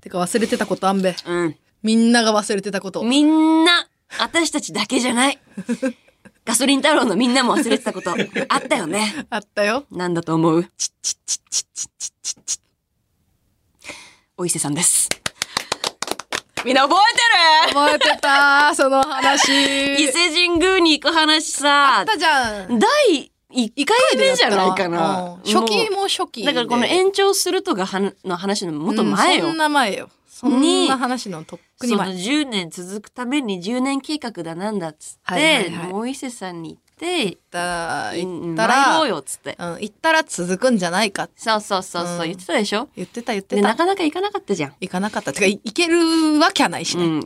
[SPEAKER 3] てか忘れてたことあんべ。
[SPEAKER 2] うん
[SPEAKER 3] みんなが忘れてたこと。
[SPEAKER 2] みんな私たちだけじゃないガソリン太郎のみんなも忘れてたことあったよね
[SPEAKER 3] あったよ。
[SPEAKER 2] なんだと思うチッチッチッチッチッチッチッチッお伊勢さんです。みんな覚えて
[SPEAKER 3] 覚えてたその話。
[SPEAKER 2] る伊勢神宮に行く話さ
[SPEAKER 3] あっ、たじゃん。
[SPEAKER 2] 第1回目じゃないか
[SPEAKER 3] う。
[SPEAKER 2] なん
[SPEAKER 3] 初期
[SPEAKER 2] も
[SPEAKER 3] も初期
[SPEAKER 2] う。
[SPEAKER 3] で。
[SPEAKER 2] だからこの延長するとがはなの話のもっと前よ。
[SPEAKER 3] うんそんな前よ。そんな話のとっ
[SPEAKER 2] そ
[SPEAKER 3] くに
[SPEAKER 2] の
[SPEAKER 3] 前。
[SPEAKER 2] 10年続くために10年計画だなんだっつって、
[SPEAKER 3] はいはいはい
[SPEAKER 2] もう伊勢さんに行って、
[SPEAKER 3] った行った
[SPEAKER 2] 参
[SPEAKER 3] ら、
[SPEAKER 2] ろう
[SPEAKER 3] うん、
[SPEAKER 2] よっつって。
[SPEAKER 3] 行ったら続くんじゃないかって
[SPEAKER 2] そうそうそうそう、
[SPEAKER 3] うん
[SPEAKER 2] 言ってたでしょ
[SPEAKER 3] 言ってた言って
[SPEAKER 2] で、な
[SPEAKER 3] た。
[SPEAKER 2] かなか行かなかったじゃん。
[SPEAKER 3] 行かなかった。てか、い行けるわけはないし
[SPEAKER 2] う
[SPEAKER 3] ね。
[SPEAKER 2] ん。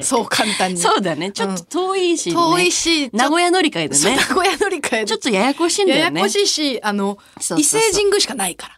[SPEAKER 3] そう簡単に。
[SPEAKER 2] そうだね。ちょっと遠いし、ね
[SPEAKER 3] 遠いし、ちょ
[SPEAKER 2] 名古屋乗り換えだ
[SPEAKER 3] そう
[SPEAKER 2] ね
[SPEAKER 3] 名。古屋乗り換えで
[SPEAKER 2] ちょっとややこしいんだ
[SPEAKER 3] や
[SPEAKER 2] よ
[SPEAKER 3] や
[SPEAKER 2] ね。
[SPEAKER 3] こしいし、あの
[SPEAKER 2] そうそうそ、う
[SPEAKER 3] 伊勢神宮しかないか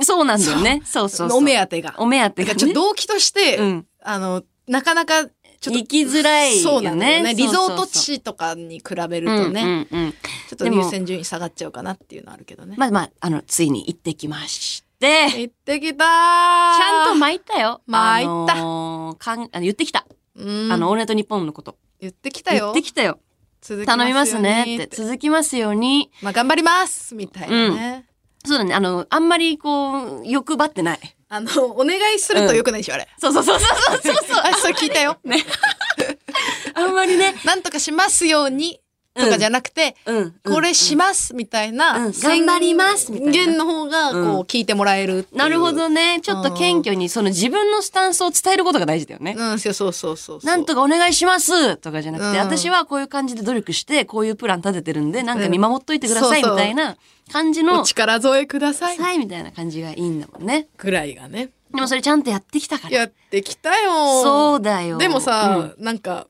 [SPEAKER 2] そうなんだよね。そうそう
[SPEAKER 3] ら。
[SPEAKER 2] そう。
[SPEAKER 3] お目当てが。
[SPEAKER 2] お目当てが、
[SPEAKER 3] だか
[SPEAKER 2] ね。
[SPEAKER 3] らちょっと動機として、
[SPEAKER 2] うん
[SPEAKER 3] あの、なかなか、ちょっと。
[SPEAKER 2] 行きづらいよね
[SPEAKER 3] そうなんだよね。
[SPEAKER 2] そう
[SPEAKER 3] リ
[SPEAKER 2] そうそ
[SPEAKER 3] ゾ
[SPEAKER 2] う
[SPEAKER 3] ート地とかに比べるとね、
[SPEAKER 2] うんうんうん。
[SPEAKER 3] ちょっと優先順位下がっちゃうかなっていうのはあるけどね。
[SPEAKER 2] まあまあ、あの、ついに行ってきまして、ち
[SPEAKER 3] 行ってきたー
[SPEAKER 2] ゃんと巻いたよ。
[SPEAKER 3] 巻いた
[SPEAKER 2] あのーかんあの言ってきた。
[SPEAKER 3] うん
[SPEAKER 2] あの、オールナイトニッポンのこと。
[SPEAKER 3] 言ってきた
[SPEAKER 2] 言っ
[SPEAKER 3] よ
[SPEAKER 2] て。きたよ。
[SPEAKER 3] 続き
[SPEAKER 2] 頼みます
[SPEAKER 3] よう
[SPEAKER 2] ね
[SPEAKER 3] に
[SPEAKER 2] って。続きますように。
[SPEAKER 3] まあ頑張りますみたいなね。
[SPEAKER 2] そうだね。あの、あんまりこう、欲張ってない。
[SPEAKER 3] あの、お願いするとよくないでしょ、あれ。
[SPEAKER 2] そうそうそうそうそうそう。
[SPEAKER 3] あ、それ聞いたよ。
[SPEAKER 2] あんまりね。
[SPEAKER 3] なんとかしますように とかじゃなくて、
[SPEAKER 2] うん。
[SPEAKER 3] これしますみたいな、
[SPEAKER 2] うん頑張りますみたいな
[SPEAKER 3] 宣言の方がこう聞いてもらえるっていう
[SPEAKER 2] なるほどね。ちょっと謙虚に、その自分のスタンスを伝えることが大事だよね。
[SPEAKER 3] うんそうそうそうそう
[SPEAKER 2] なんとかお願いしますとかじゃなくて、
[SPEAKER 3] うん
[SPEAKER 2] 私はこういう感じで努力して、こういうプラン立ててるんで、なんか見守っといてください
[SPEAKER 3] う
[SPEAKER 2] み
[SPEAKER 3] んそうそう
[SPEAKER 2] たいな感じ
[SPEAKER 3] お
[SPEAKER 2] の、
[SPEAKER 3] 力添えください
[SPEAKER 2] はいみたいな感じがいいんだもんね。
[SPEAKER 3] ぐらいがね
[SPEAKER 2] でもそれちゃんとやってきたから。
[SPEAKER 3] やってきたよ
[SPEAKER 2] そうだよ。
[SPEAKER 3] でも
[SPEAKER 2] うん
[SPEAKER 3] さ、なんか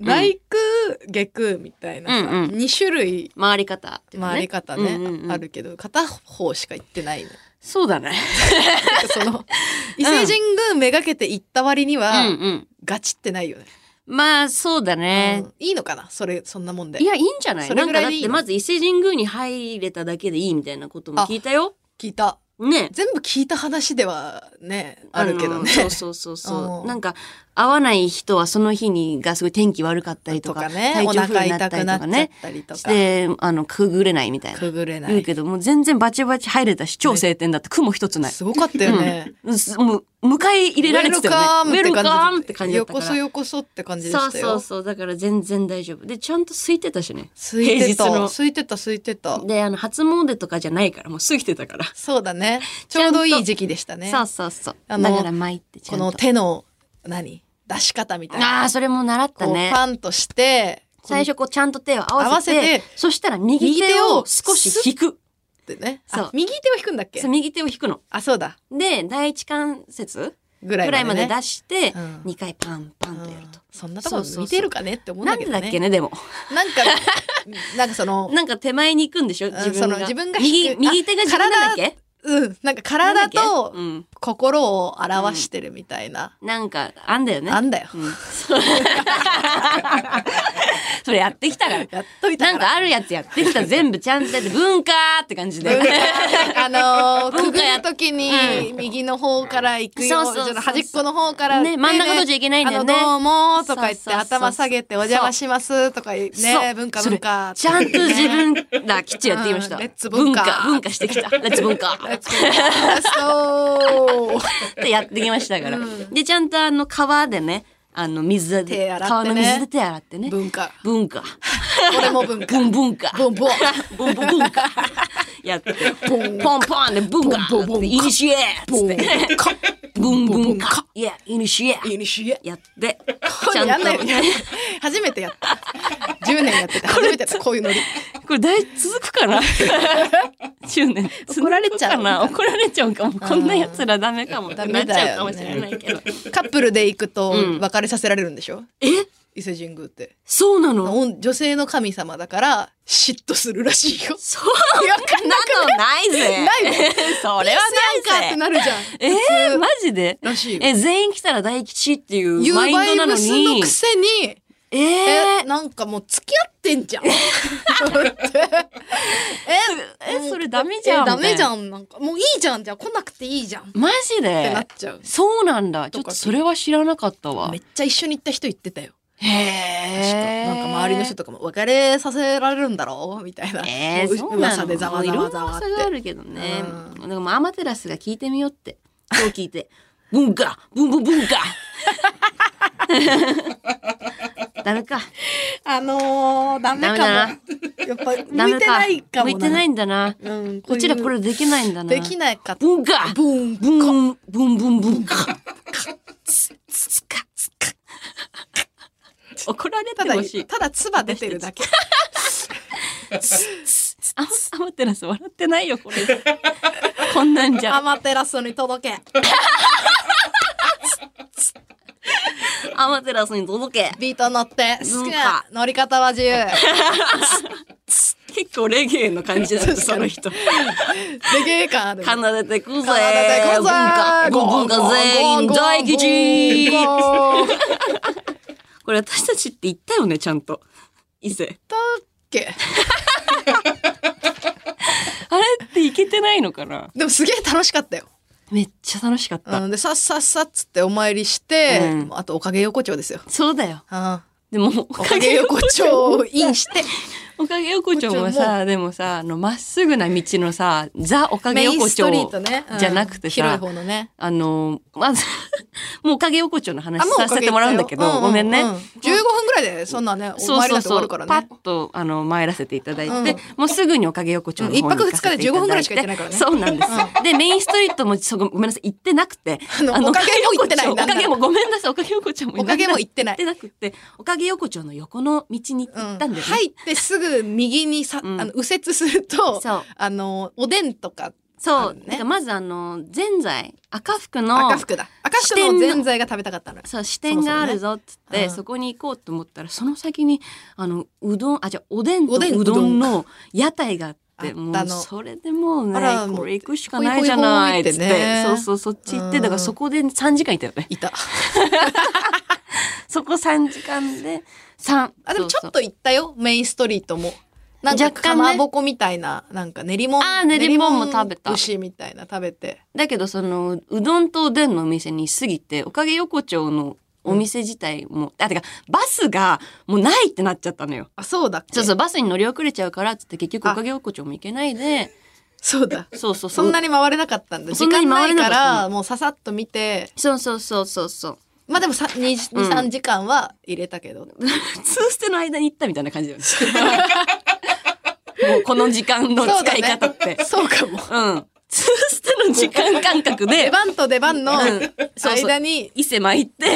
[SPEAKER 3] 来空下空みたいなさ、
[SPEAKER 2] うんう
[SPEAKER 3] 2種類
[SPEAKER 2] 回り方っていうかね、
[SPEAKER 3] 回り方ね、
[SPEAKER 2] うんうんうん
[SPEAKER 3] あるけど片方しか行っ てないの
[SPEAKER 2] そうだね。
[SPEAKER 3] その伊勢神宮めがけて行った割に
[SPEAKER 2] うん
[SPEAKER 3] は、
[SPEAKER 2] うん。
[SPEAKER 3] ガチってないよね、
[SPEAKER 2] まあ、そうだね。
[SPEAKER 3] うんいいのかなそれそんなもんで
[SPEAKER 2] いや、いいんじゃない
[SPEAKER 3] そ
[SPEAKER 2] な
[SPEAKER 3] れ
[SPEAKER 2] ん
[SPEAKER 3] ぐ
[SPEAKER 2] からだ
[SPEAKER 3] い
[SPEAKER 2] っ
[SPEAKER 3] でいい
[SPEAKER 2] て、
[SPEAKER 3] の
[SPEAKER 2] まず伊勢神宮に入れただけでいいみたいなことも聞いたよ。
[SPEAKER 3] 聞いた
[SPEAKER 2] ね。
[SPEAKER 3] 全部聞いた話ではねあるけど
[SPEAKER 2] の
[SPEAKER 3] ね。
[SPEAKER 2] そうそうそうそうう。
[SPEAKER 3] ん
[SPEAKER 2] なんか、会わない人はその日にがすごい天気悪かったりと
[SPEAKER 3] と
[SPEAKER 2] か、
[SPEAKER 3] かね、
[SPEAKER 2] 体
[SPEAKER 3] お
[SPEAKER 2] 調不良
[SPEAKER 3] 腹
[SPEAKER 2] になった
[SPEAKER 3] 痛
[SPEAKER 2] りと
[SPEAKER 3] くな
[SPEAKER 2] か
[SPEAKER 3] っちゃっ
[SPEAKER 2] ね。
[SPEAKER 3] たりと
[SPEAKER 2] し
[SPEAKER 3] か、
[SPEAKER 2] て、あの、くぐれないみたいな。
[SPEAKER 3] くぐれな
[SPEAKER 2] 言う
[SPEAKER 3] い。
[SPEAKER 2] けど、もう全然バチバチ入れたし、超晴天だって、雲一つない。
[SPEAKER 3] すごかったよね。
[SPEAKER 2] うんすもう、迎え入れられてたよね。
[SPEAKER 3] ウェルカーム
[SPEAKER 2] ウェルカーム
[SPEAKER 3] っ
[SPEAKER 2] ってて
[SPEAKER 3] 感
[SPEAKER 2] 感
[SPEAKER 3] じ
[SPEAKER 2] じだ
[SPEAKER 3] でよ
[SPEAKER 2] った
[SPEAKER 3] こ
[SPEAKER 2] から。
[SPEAKER 3] そよこそって感じで
[SPEAKER 2] そう
[SPEAKER 3] したよ。
[SPEAKER 2] そうそう。だから全然大丈夫。で、ちゃんと空いてたしね。
[SPEAKER 3] 空いて
[SPEAKER 2] 平日の
[SPEAKER 3] た、空いてた、空いてた。
[SPEAKER 2] で、あの、初詣とかじゃないから、もう過ぎてたから。
[SPEAKER 3] そうだね。ちょうどいい時期でしたね。
[SPEAKER 2] そうそうそう。
[SPEAKER 3] あ
[SPEAKER 2] だ
[SPEAKER 3] の
[SPEAKER 2] から巻いてちゃ
[SPEAKER 3] こ
[SPEAKER 2] んと。
[SPEAKER 3] の手の、何出し方みたいな。
[SPEAKER 2] ああ、それも習った
[SPEAKER 3] こう、
[SPEAKER 2] ね。
[SPEAKER 3] パンとして、
[SPEAKER 2] 最初こうちゃんと手を合わせて
[SPEAKER 3] 合わせて
[SPEAKER 2] そしたら右手を少し引く。
[SPEAKER 3] ってね。
[SPEAKER 2] そ
[SPEAKER 3] あ
[SPEAKER 2] う、
[SPEAKER 3] 右手を引くんだっけ
[SPEAKER 2] そう右手を引くの。
[SPEAKER 3] あ、そうだ。
[SPEAKER 2] で、第一関節
[SPEAKER 3] ぐらい
[SPEAKER 2] ぐら
[SPEAKER 3] まで,、
[SPEAKER 2] いまで出して、
[SPEAKER 3] うん
[SPEAKER 2] 2回パンパンとやると。
[SPEAKER 3] そんなとこ
[SPEAKER 2] そうそうそう
[SPEAKER 3] 見てるかねって思うん
[SPEAKER 2] な
[SPEAKER 3] だ
[SPEAKER 2] ん
[SPEAKER 3] け
[SPEAKER 2] で
[SPEAKER 3] ど
[SPEAKER 2] だ
[SPEAKER 3] ね。
[SPEAKER 2] っけね、でも。
[SPEAKER 3] なんか、 なんかその、
[SPEAKER 2] なんか手前に行くんでしょ自分
[SPEAKER 3] そ
[SPEAKER 2] が。
[SPEAKER 3] の自分が
[SPEAKER 2] 右
[SPEAKER 3] 引く
[SPEAKER 2] 右手が自分なんだっけ
[SPEAKER 3] うん、なんか
[SPEAKER 2] なんだっ
[SPEAKER 3] 体
[SPEAKER 2] け
[SPEAKER 3] と
[SPEAKER 2] うん。
[SPEAKER 3] 心を表してるみたいな。
[SPEAKER 2] なんか、あんだよね。
[SPEAKER 3] あんだよ。
[SPEAKER 2] うんそうそれやってきたから。
[SPEAKER 3] やっといた
[SPEAKER 2] な
[SPEAKER 3] か
[SPEAKER 2] ん
[SPEAKER 3] ら。
[SPEAKER 2] かあるやつやってきた全部ちゃんとやって文化って感じで。
[SPEAKER 3] あ
[SPEAKER 2] 文
[SPEAKER 3] のー、く
[SPEAKER 2] 化
[SPEAKER 3] ぐ
[SPEAKER 2] や
[SPEAKER 3] るときに
[SPEAKER 2] う、
[SPEAKER 3] 右の方から行くよ、
[SPEAKER 2] そうそうそうそう
[SPEAKER 3] ちょっと端っこの方から、
[SPEAKER 2] ね真ん中のじゃいけないんだよね
[SPEAKER 3] あのどうも、とか言っ
[SPEAKER 2] そうそ
[SPEAKER 3] て、
[SPEAKER 2] うそう
[SPEAKER 3] 頭下げてお邪魔します、とか言って、
[SPEAKER 2] そう
[SPEAKER 3] ね、文化文化。
[SPEAKER 2] それちゃんと自分らきっちりやっていました。
[SPEAKER 3] うんレッツ文化
[SPEAKER 2] 文化文化してきた。レッツ文化。っ
[SPEAKER 3] そう。
[SPEAKER 2] てやってきましたから。で、ちゃんとあの川でね、あの水で、
[SPEAKER 3] 手洗ってね
[SPEAKER 2] 川の水で手洗ってね。
[SPEAKER 3] 文化。
[SPEAKER 2] 文化。
[SPEAKER 3] 俺も文化。
[SPEAKER 2] 文文化。
[SPEAKER 3] ボンボン。
[SPEAKER 2] 文文文化。やって。ポンポンで文化。
[SPEAKER 3] ボンボン文化
[SPEAKER 2] イニシエっつって。文文化。いや、イニシエ。
[SPEAKER 3] イニシエ。
[SPEAKER 2] やって。
[SPEAKER 3] こういうのやんないよ初めてやった10年やってて初めてやったこういうノリ
[SPEAKER 2] これ大続くか な ?10 年。
[SPEAKER 3] 怒られちゃう
[SPEAKER 2] 続くかな怒られちゃうかも。こんなやつらダメかもって
[SPEAKER 3] ダ
[SPEAKER 2] な
[SPEAKER 3] メ
[SPEAKER 2] っちゃ
[SPEAKER 3] だ
[SPEAKER 2] うか
[SPEAKER 3] よ
[SPEAKER 2] も
[SPEAKER 3] ね
[SPEAKER 2] しれないけど。
[SPEAKER 3] カップルで行くと
[SPEAKER 2] うん
[SPEAKER 3] 別れさせられるんでしょ、
[SPEAKER 2] え
[SPEAKER 3] 伊勢神宮って
[SPEAKER 2] そうなの
[SPEAKER 3] お女性の神様だから嫉妬するらし いよ
[SPEAKER 2] そ
[SPEAKER 3] いやわかん
[SPEAKER 2] んな
[SPEAKER 3] なく
[SPEAKER 2] のないぜ。
[SPEAKER 3] ないの
[SPEAKER 2] それは
[SPEAKER 3] なん
[SPEAKER 2] な
[SPEAKER 3] かって
[SPEAKER 2] いぜ。
[SPEAKER 3] なるじゃん
[SPEAKER 2] えー、マジで
[SPEAKER 3] らしいよ
[SPEAKER 2] え、全員来たら大吉っていう
[SPEAKER 3] ユ
[SPEAKER 2] マ
[SPEAKER 3] ー
[SPEAKER 2] イ
[SPEAKER 3] バ
[SPEAKER 2] ンド
[SPEAKER 3] イ
[SPEAKER 2] なの
[SPEAKER 3] ブスの
[SPEAKER 2] に
[SPEAKER 3] く。せに
[SPEAKER 2] え
[SPEAKER 3] え
[SPEAKER 2] ー、
[SPEAKER 3] なんかもう付き合ってんじゃんえ
[SPEAKER 2] えそれダメじゃん
[SPEAKER 3] えダメじゃ
[SPEAKER 2] み
[SPEAKER 3] んなんかもういいじゃんじゃあ来なくていいじゃんっ
[SPEAKER 2] マジ
[SPEAKER 3] てな
[SPEAKER 2] で
[SPEAKER 3] っちゃう
[SPEAKER 2] そうなんだ。ちょ
[SPEAKER 3] と
[SPEAKER 2] っと
[SPEAKER 3] か
[SPEAKER 2] それは知らなかったわ
[SPEAKER 3] め。っちゃ一緒に行った人言ってたよ
[SPEAKER 2] へ
[SPEAKER 3] 確か
[SPEAKER 2] え。
[SPEAKER 3] なんか周りの人とかも別れさせられるんだろうみたいな、
[SPEAKER 2] えー、
[SPEAKER 3] もう
[SPEAKER 2] そうなの
[SPEAKER 3] 噂でざわざ
[SPEAKER 2] いろ
[SPEAKER 3] わ
[SPEAKER 2] ん
[SPEAKER 3] ざ
[SPEAKER 2] な
[SPEAKER 3] わっ
[SPEAKER 2] 噂があ
[SPEAKER 3] て
[SPEAKER 2] るけどね。
[SPEAKER 3] う
[SPEAKER 2] なんかもうアマテラスが聞いてみようって。今日聞いて。ブンガブンブンブンガダメか。
[SPEAKER 3] あのー、ダメかも
[SPEAKER 2] ダ
[SPEAKER 3] や
[SPEAKER 2] メ
[SPEAKER 3] っぱ向いて
[SPEAKER 2] ダメか。
[SPEAKER 3] ないか
[SPEAKER 2] 向
[SPEAKER 3] も
[SPEAKER 2] いてないんだな。
[SPEAKER 3] うん
[SPEAKER 2] こっちらこれできないんだな。
[SPEAKER 3] できないか
[SPEAKER 2] ブンガ
[SPEAKER 3] ブン
[SPEAKER 2] ブンブンブンブンガつつつかつか怒られ
[SPEAKER 3] た
[SPEAKER 2] て
[SPEAKER 3] だ
[SPEAKER 2] ほしい。
[SPEAKER 3] ただ唾出てるだけ
[SPEAKER 2] あアマテラス笑ってないよこれ。こんなんじゃ
[SPEAKER 3] ア。マテラスに届け
[SPEAKER 2] アマテラスに届け。
[SPEAKER 3] ビート乗って
[SPEAKER 2] う
[SPEAKER 3] 好
[SPEAKER 2] ん
[SPEAKER 3] き
[SPEAKER 2] か
[SPEAKER 3] な乗り方は 自由レ
[SPEAKER 2] 結構レゲエの感じだったその 人。
[SPEAKER 3] ゲエ感ある
[SPEAKER 2] 奏でてくぜ。
[SPEAKER 3] 奏でてくぜ
[SPEAKER 2] 文化文化全員大吉。
[SPEAKER 3] ゴンゴンゴンゴンだっ
[SPEAKER 2] これ私たちって言ったよねちゃんと。以前。
[SPEAKER 3] け
[SPEAKER 2] あれっていけてないのかな。
[SPEAKER 3] でもすげえ楽しかったよ
[SPEAKER 2] めっちゃ楽しかった。
[SPEAKER 3] うんでさっさっさっつってお参りして、
[SPEAKER 2] うん
[SPEAKER 3] あとおかげ横丁ですよ、
[SPEAKER 2] そうだよ。
[SPEAKER 3] うん
[SPEAKER 2] でもお
[SPEAKER 3] おかげ横丁をインして
[SPEAKER 2] おかげ横丁も
[SPEAKER 3] 横丁
[SPEAKER 2] さでもさあのまっすぐな道のさザおかげ
[SPEAKER 3] メイン
[SPEAKER 2] 横
[SPEAKER 3] スト
[SPEAKER 2] 丁
[SPEAKER 3] リートね、うん
[SPEAKER 2] じゃなくて
[SPEAKER 3] 広い
[SPEAKER 2] さ
[SPEAKER 3] 方のね
[SPEAKER 2] あのまず もうおかげ横丁の話
[SPEAKER 3] あもうお
[SPEAKER 2] さ
[SPEAKER 3] か
[SPEAKER 2] せ
[SPEAKER 3] げ
[SPEAKER 2] てもらうんだけど、
[SPEAKER 3] 行ったよ
[SPEAKER 2] ごめんね、
[SPEAKER 3] ううう15分ぐらいでそんなねお
[SPEAKER 2] そう
[SPEAKER 3] 参り
[SPEAKER 2] そうん
[SPEAKER 3] なて終
[SPEAKER 2] そ
[SPEAKER 3] わ
[SPEAKER 2] う、
[SPEAKER 3] るから
[SPEAKER 2] パ
[SPEAKER 3] ね
[SPEAKER 2] ッとあの参らせていただいて、
[SPEAKER 3] うん
[SPEAKER 2] もうすぐにおかげ横丁の方に
[SPEAKER 3] うん一泊
[SPEAKER 2] 行かせていただ
[SPEAKER 3] 二日で15分ぐらいしか行ってないからね
[SPEAKER 2] そうなんです、でメインストリートもそこごめんなさい行ってなくて
[SPEAKER 3] あのおかげも行ってない
[SPEAKER 2] おかげ
[SPEAKER 3] な
[SPEAKER 2] も
[SPEAKER 3] ん
[SPEAKER 2] ごめんなさいおかげ横丁も
[SPEAKER 3] おかげも行って
[SPEAKER 2] 行
[SPEAKER 3] ない
[SPEAKER 2] ってなくておかげ横丁の横の道に行ったんだよね、
[SPEAKER 3] 入ってすぐ右にさ、
[SPEAKER 2] うん
[SPEAKER 3] あの右折すると
[SPEAKER 2] そう
[SPEAKER 3] あのおでんとか
[SPEAKER 2] そ
[SPEAKER 3] あ
[SPEAKER 2] う、
[SPEAKER 3] のね
[SPEAKER 2] だからまずあのぜんざい赤福の
[SPEAKER 3] 赤福だ赤福のぜんざいが食べたかったの
[SPEAKER 2] そう支店があるぞっつってそ,、
[SPEAKER 3] うん
[SPEAKER 2] こに行こうと思ったらその先にあのうどんあじゃあおでんと
[SPEAKER 3] おでん
[SPEAKER 2] うどんの屋台があって。
[SPEAKER 3] あ
[SPEAKER 2] も
[SPEAKER 3] った
[SPEAKER 2] う
[SPEAKER 3] の
[SPEAKER 2] それでもうね
[SPEAKER 3] あらもう
[SPEAKER 2] これ行くしかないじゃないっつって
[SPEAKER 3] ほいほいほいってね
[SPEAKER 2] そうそうそっち行って、
[SPEAKER 3] うん
[SPEAKER 2] だからそこで3時間いたよね
[SPEAKER 3] いた
[SPEAKER 2] そこ3時間で3
[SPEAKER 3] あでもちょ
[SPEAKER 2] そう
[SPEAKER 3] っと行ったよメインストリートもなんか
[SPEAKER 2] 若干ね
[SPEAKER 3] かまぼこみたいななんか練り物
[SPEAKER 2] あー練り物も食べた
[SPEAKER 3] 牛みたいな食べて
[SPEAKER 2] そうだけどそのうどんとおでんのお店に過ぎておかげ横丁のお店自体も、あてかバスがもうないってなっちゃったのよ
[SPEAKER 3] あそうだっけ
[SPEAKER 2] そうそうバスに乗り遅れちゃうからっつって結局
[SPEAKER 3] あ
[SPEAKER 2] おかげ横丁も行けないで
[SPEAKER 3] そうだ
[SPEAKER 2] そうそうそ
[SPEAKER 3] そ
[SPEAKER 2] うん
[SPEAKER 3] なに回れなかったんだ
[SPEAKER 2] そ
[SPEAKER 3] 時
[SPEAKER 2] んなに
[SPEAKER 3] 間
[SPEAKER 2] 回
[SPEAKER 3] な
[SPEAKER 2] れな
[SPEAKER 3] い
[SPEAKER 2] かっ
[SPEAKER 3] か
[SPEAKER 2] た
[SPEAKER 3] らもうささっと見て
[SPEAKER 2] そうそうそうそうそう
[SPEAKER 3] まあでも23、
[SPEAKER 2] うん
[SPEAKER 3] 2 3時間は入れたけど
[SPEAKER 2] ツーステの間に行ったみたいな感 じだよねもうこの時間の使い方ってう,、
[SPEAKER 3] そうかも
[SPEAKER 2] んツーステの時間感覚
[SPEAKER 3] 出
[SPEAKER 2] で
[SPEAKER 3] 番と出番の
[SPEAKER 2] うんそうそう
[SPEAKER 3] 間に
[SPEAKER 2] 伊勢 参って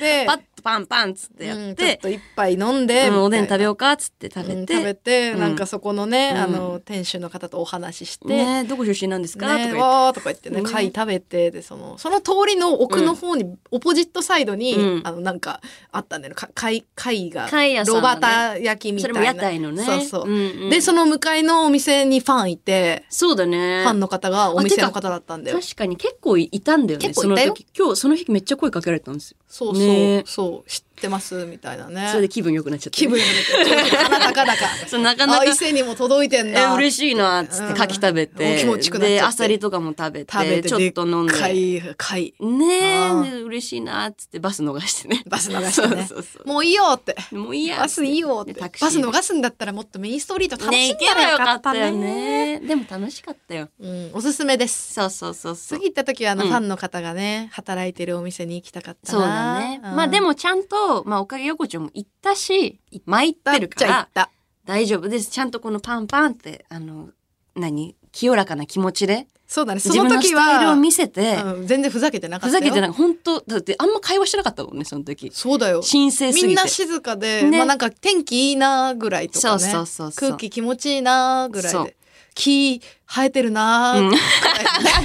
[SPEAKER 3] で
[SPEAKER 2] パッとパンパンっつってや
[SPEAKER 3] う
[SPEAKER 2] っ、
[SPEAKER 3] んちょってと一杯飲んで、
[SPEAKER 2] うんおでん
[SPEAKER 3] みた
[SPEAKER 2] 食べ
[SPEAKER 3] いな
[SPEAKER 2] ようかっつって食べて,、
[SPEAKER 3] うん食べて、
[SPEAKER 2] うん
[SPEAKER 3] なんかそこのね、
[SPEAKER 2] うん
[SPEAKER 3] あの店主の方とお話しして、
[SPEAKER 2] ねどこ出身なんですか、
[SPEAKER 3] ね
[SPEAKER 2] とか
[SPEAKER 3] わーとか言ってね
[SPEAKER 2] ね
[SPEAKER 3] 貝食べてでそのその通りの奥の方に、オポジットサイドに、
[SPEAKER 2] うん
[SPEAKER 3] あのなんかあったんだよねか貝貝が
[SPEAKER 2] 貝屋さん
[SPEAKER 3] ロ
[SPEAKER 2] のね
[SPEAKER 3] バタ焼き
[SPEAKER 2] 言って
[SPEAKER 3] み
[SPEAKER 2] そ
[SPEAKER 3] たい
[SPEAKER 2] れも屋台の
[SPEAKER 3] な
[SPEAKER 2] ね
[SPEAKER 3] そうそう、
[SPEAKER 2] んうん
[SPEAKER 3] でその向かいのお店にファンいて、
[SPEAKER 2] そうだね
[SPEAKER 3] ファンの方がお店の方だったんだよ
[SPEAKER 2] 確かに結構いたんだよね
[SPEAKER 3] 結構いたよ
[SPEAKER 2] その時今日その日めっちゃ声かけられたんですよ
[SPEAKER 3] そうそう、
[SPEAKER 2] ね
[SPEAKER 3] そう知ってますみたいなね
[SPEAKER 2] それで気分良くなっちゃって
[SPEAKER 3] 気分が 出てちょっと鼻高々
[SPEAKER 2] そうなかな
[SPEAKER 3] あ
[SPEAKER 2] か
[SPEAKER 3] 伊勢にも届いてん
[SPEAKER 2] え
[SPEAKER 3] だ
[SPEAKER 2] 嬉しいなっつって
[SPEAKER 3] うん
[SPEAKER 2] 牡蠣食べ
[SPEAKER 3] お
[SPEAKER 2] て、
[SPEAKER 3] 気持ちよくなっ
[SPEAKER 2] で
[SPEAKER 3] ちゃって
[SPEAKER 2] アサリとかも食べて
[SPEAKER 3] 食べて
[SPEAKER 2] ちょっと飲んで
[SPEAKER 3] でっかい貝
[SPEAKER 2] ね
[SPEAKER 3] あ
[SPEAKER 2] え
[SPEAKER 3] ー
[SPEAKER 2] 嬉しいなっつってバス逃してね
[SPEAKER 3] バス逃してね
[SPEAKER 2] そうそうそう
[SPEAKER 3] もういいよって
[SPEAKER 2] もういいや
[SPEAKER 3] バスいいよって
[SPEAKER 2] でタ
[SPEAKER 3] バ
[SPEAKER 2] クシー
[SPEAKER 3] ス逃すんだったらもっとメインストリート楽
[SPEAKER 2] ね
[SPEAKER 3] しん
[SPEAKER 2] 行け
[SPEAKER 3] だ
[SPEAKER 2] ば
[SPEAKER 3] ら
[SPEAKER 2] よ
[SPEAKER 3] よ
[SPEAKER 2] か
[SPEAKER 3] か
[SPEAKER 2] っ
[SPEAKER 3] ったた
[SPEAKER 2] よ
[SPEAKER 3] ね
[SPEAKER 2] ねでも楽しかったよ
[SPEAKER 3] うんおすすめです
[SPEAKER 2] そうそうそうそう
[SPEAKER 3] 次行った時はあの
[SPEAKER 2] うん
[SPEAKER 3] ファンの方がね働いてるお店に行きたかった
[SPEAKER 2] そうだね、まあでもちゃんと、まあ、おかげ横丁も行ったし参って
[SPEAKER 3] 行
[SPEAKER 2] る
[SPEAKER 3] っ
[SPEAKER 2] か
[SPEAKER 3] ちゃ行
[SPEAKER 2] ら
[SPEAKER 3] った
[SPEAKER 2] 大丈夫ですちゃんとこのパンパンってあの何清らかな気持ちで
[SPEAKER 3] そうだね。そ
[SPEAKER 2] 自
[SPEAKER 3] の
[SPEAKER 2] 分の
[SPEAKER 3] 時
[SPEAKER 2] スタイル
[SPEAKER 3] は
[SPEAKER 2] を見せて、
[SPEAKER 3] うん全然ふざけてなか
[SPEAKER 2] ふ
[SPEAKER 3] った
[SPEAKER 2] ざ
[SPEAKER 3] よ。
[SPEAKER 2] けてなんか本当だってあんま会話してなかったもんねその時
[SPEAKER 3] そうだよ。
[SPEAKER 2] 神聖すぎて
[SPEAKER 3] みんな静かで、
[SPEAKER 2] ね
[SPEAKER 3] まあなんか天気いいなぐらいとかね。
[SPEAKER 2] そうそうそうそう
[SPEAKER 3] 空気気持ちいいなぐらい
[SPEAKER 2] そう
[SPEAKER 3] で。木生えてるな ーぐら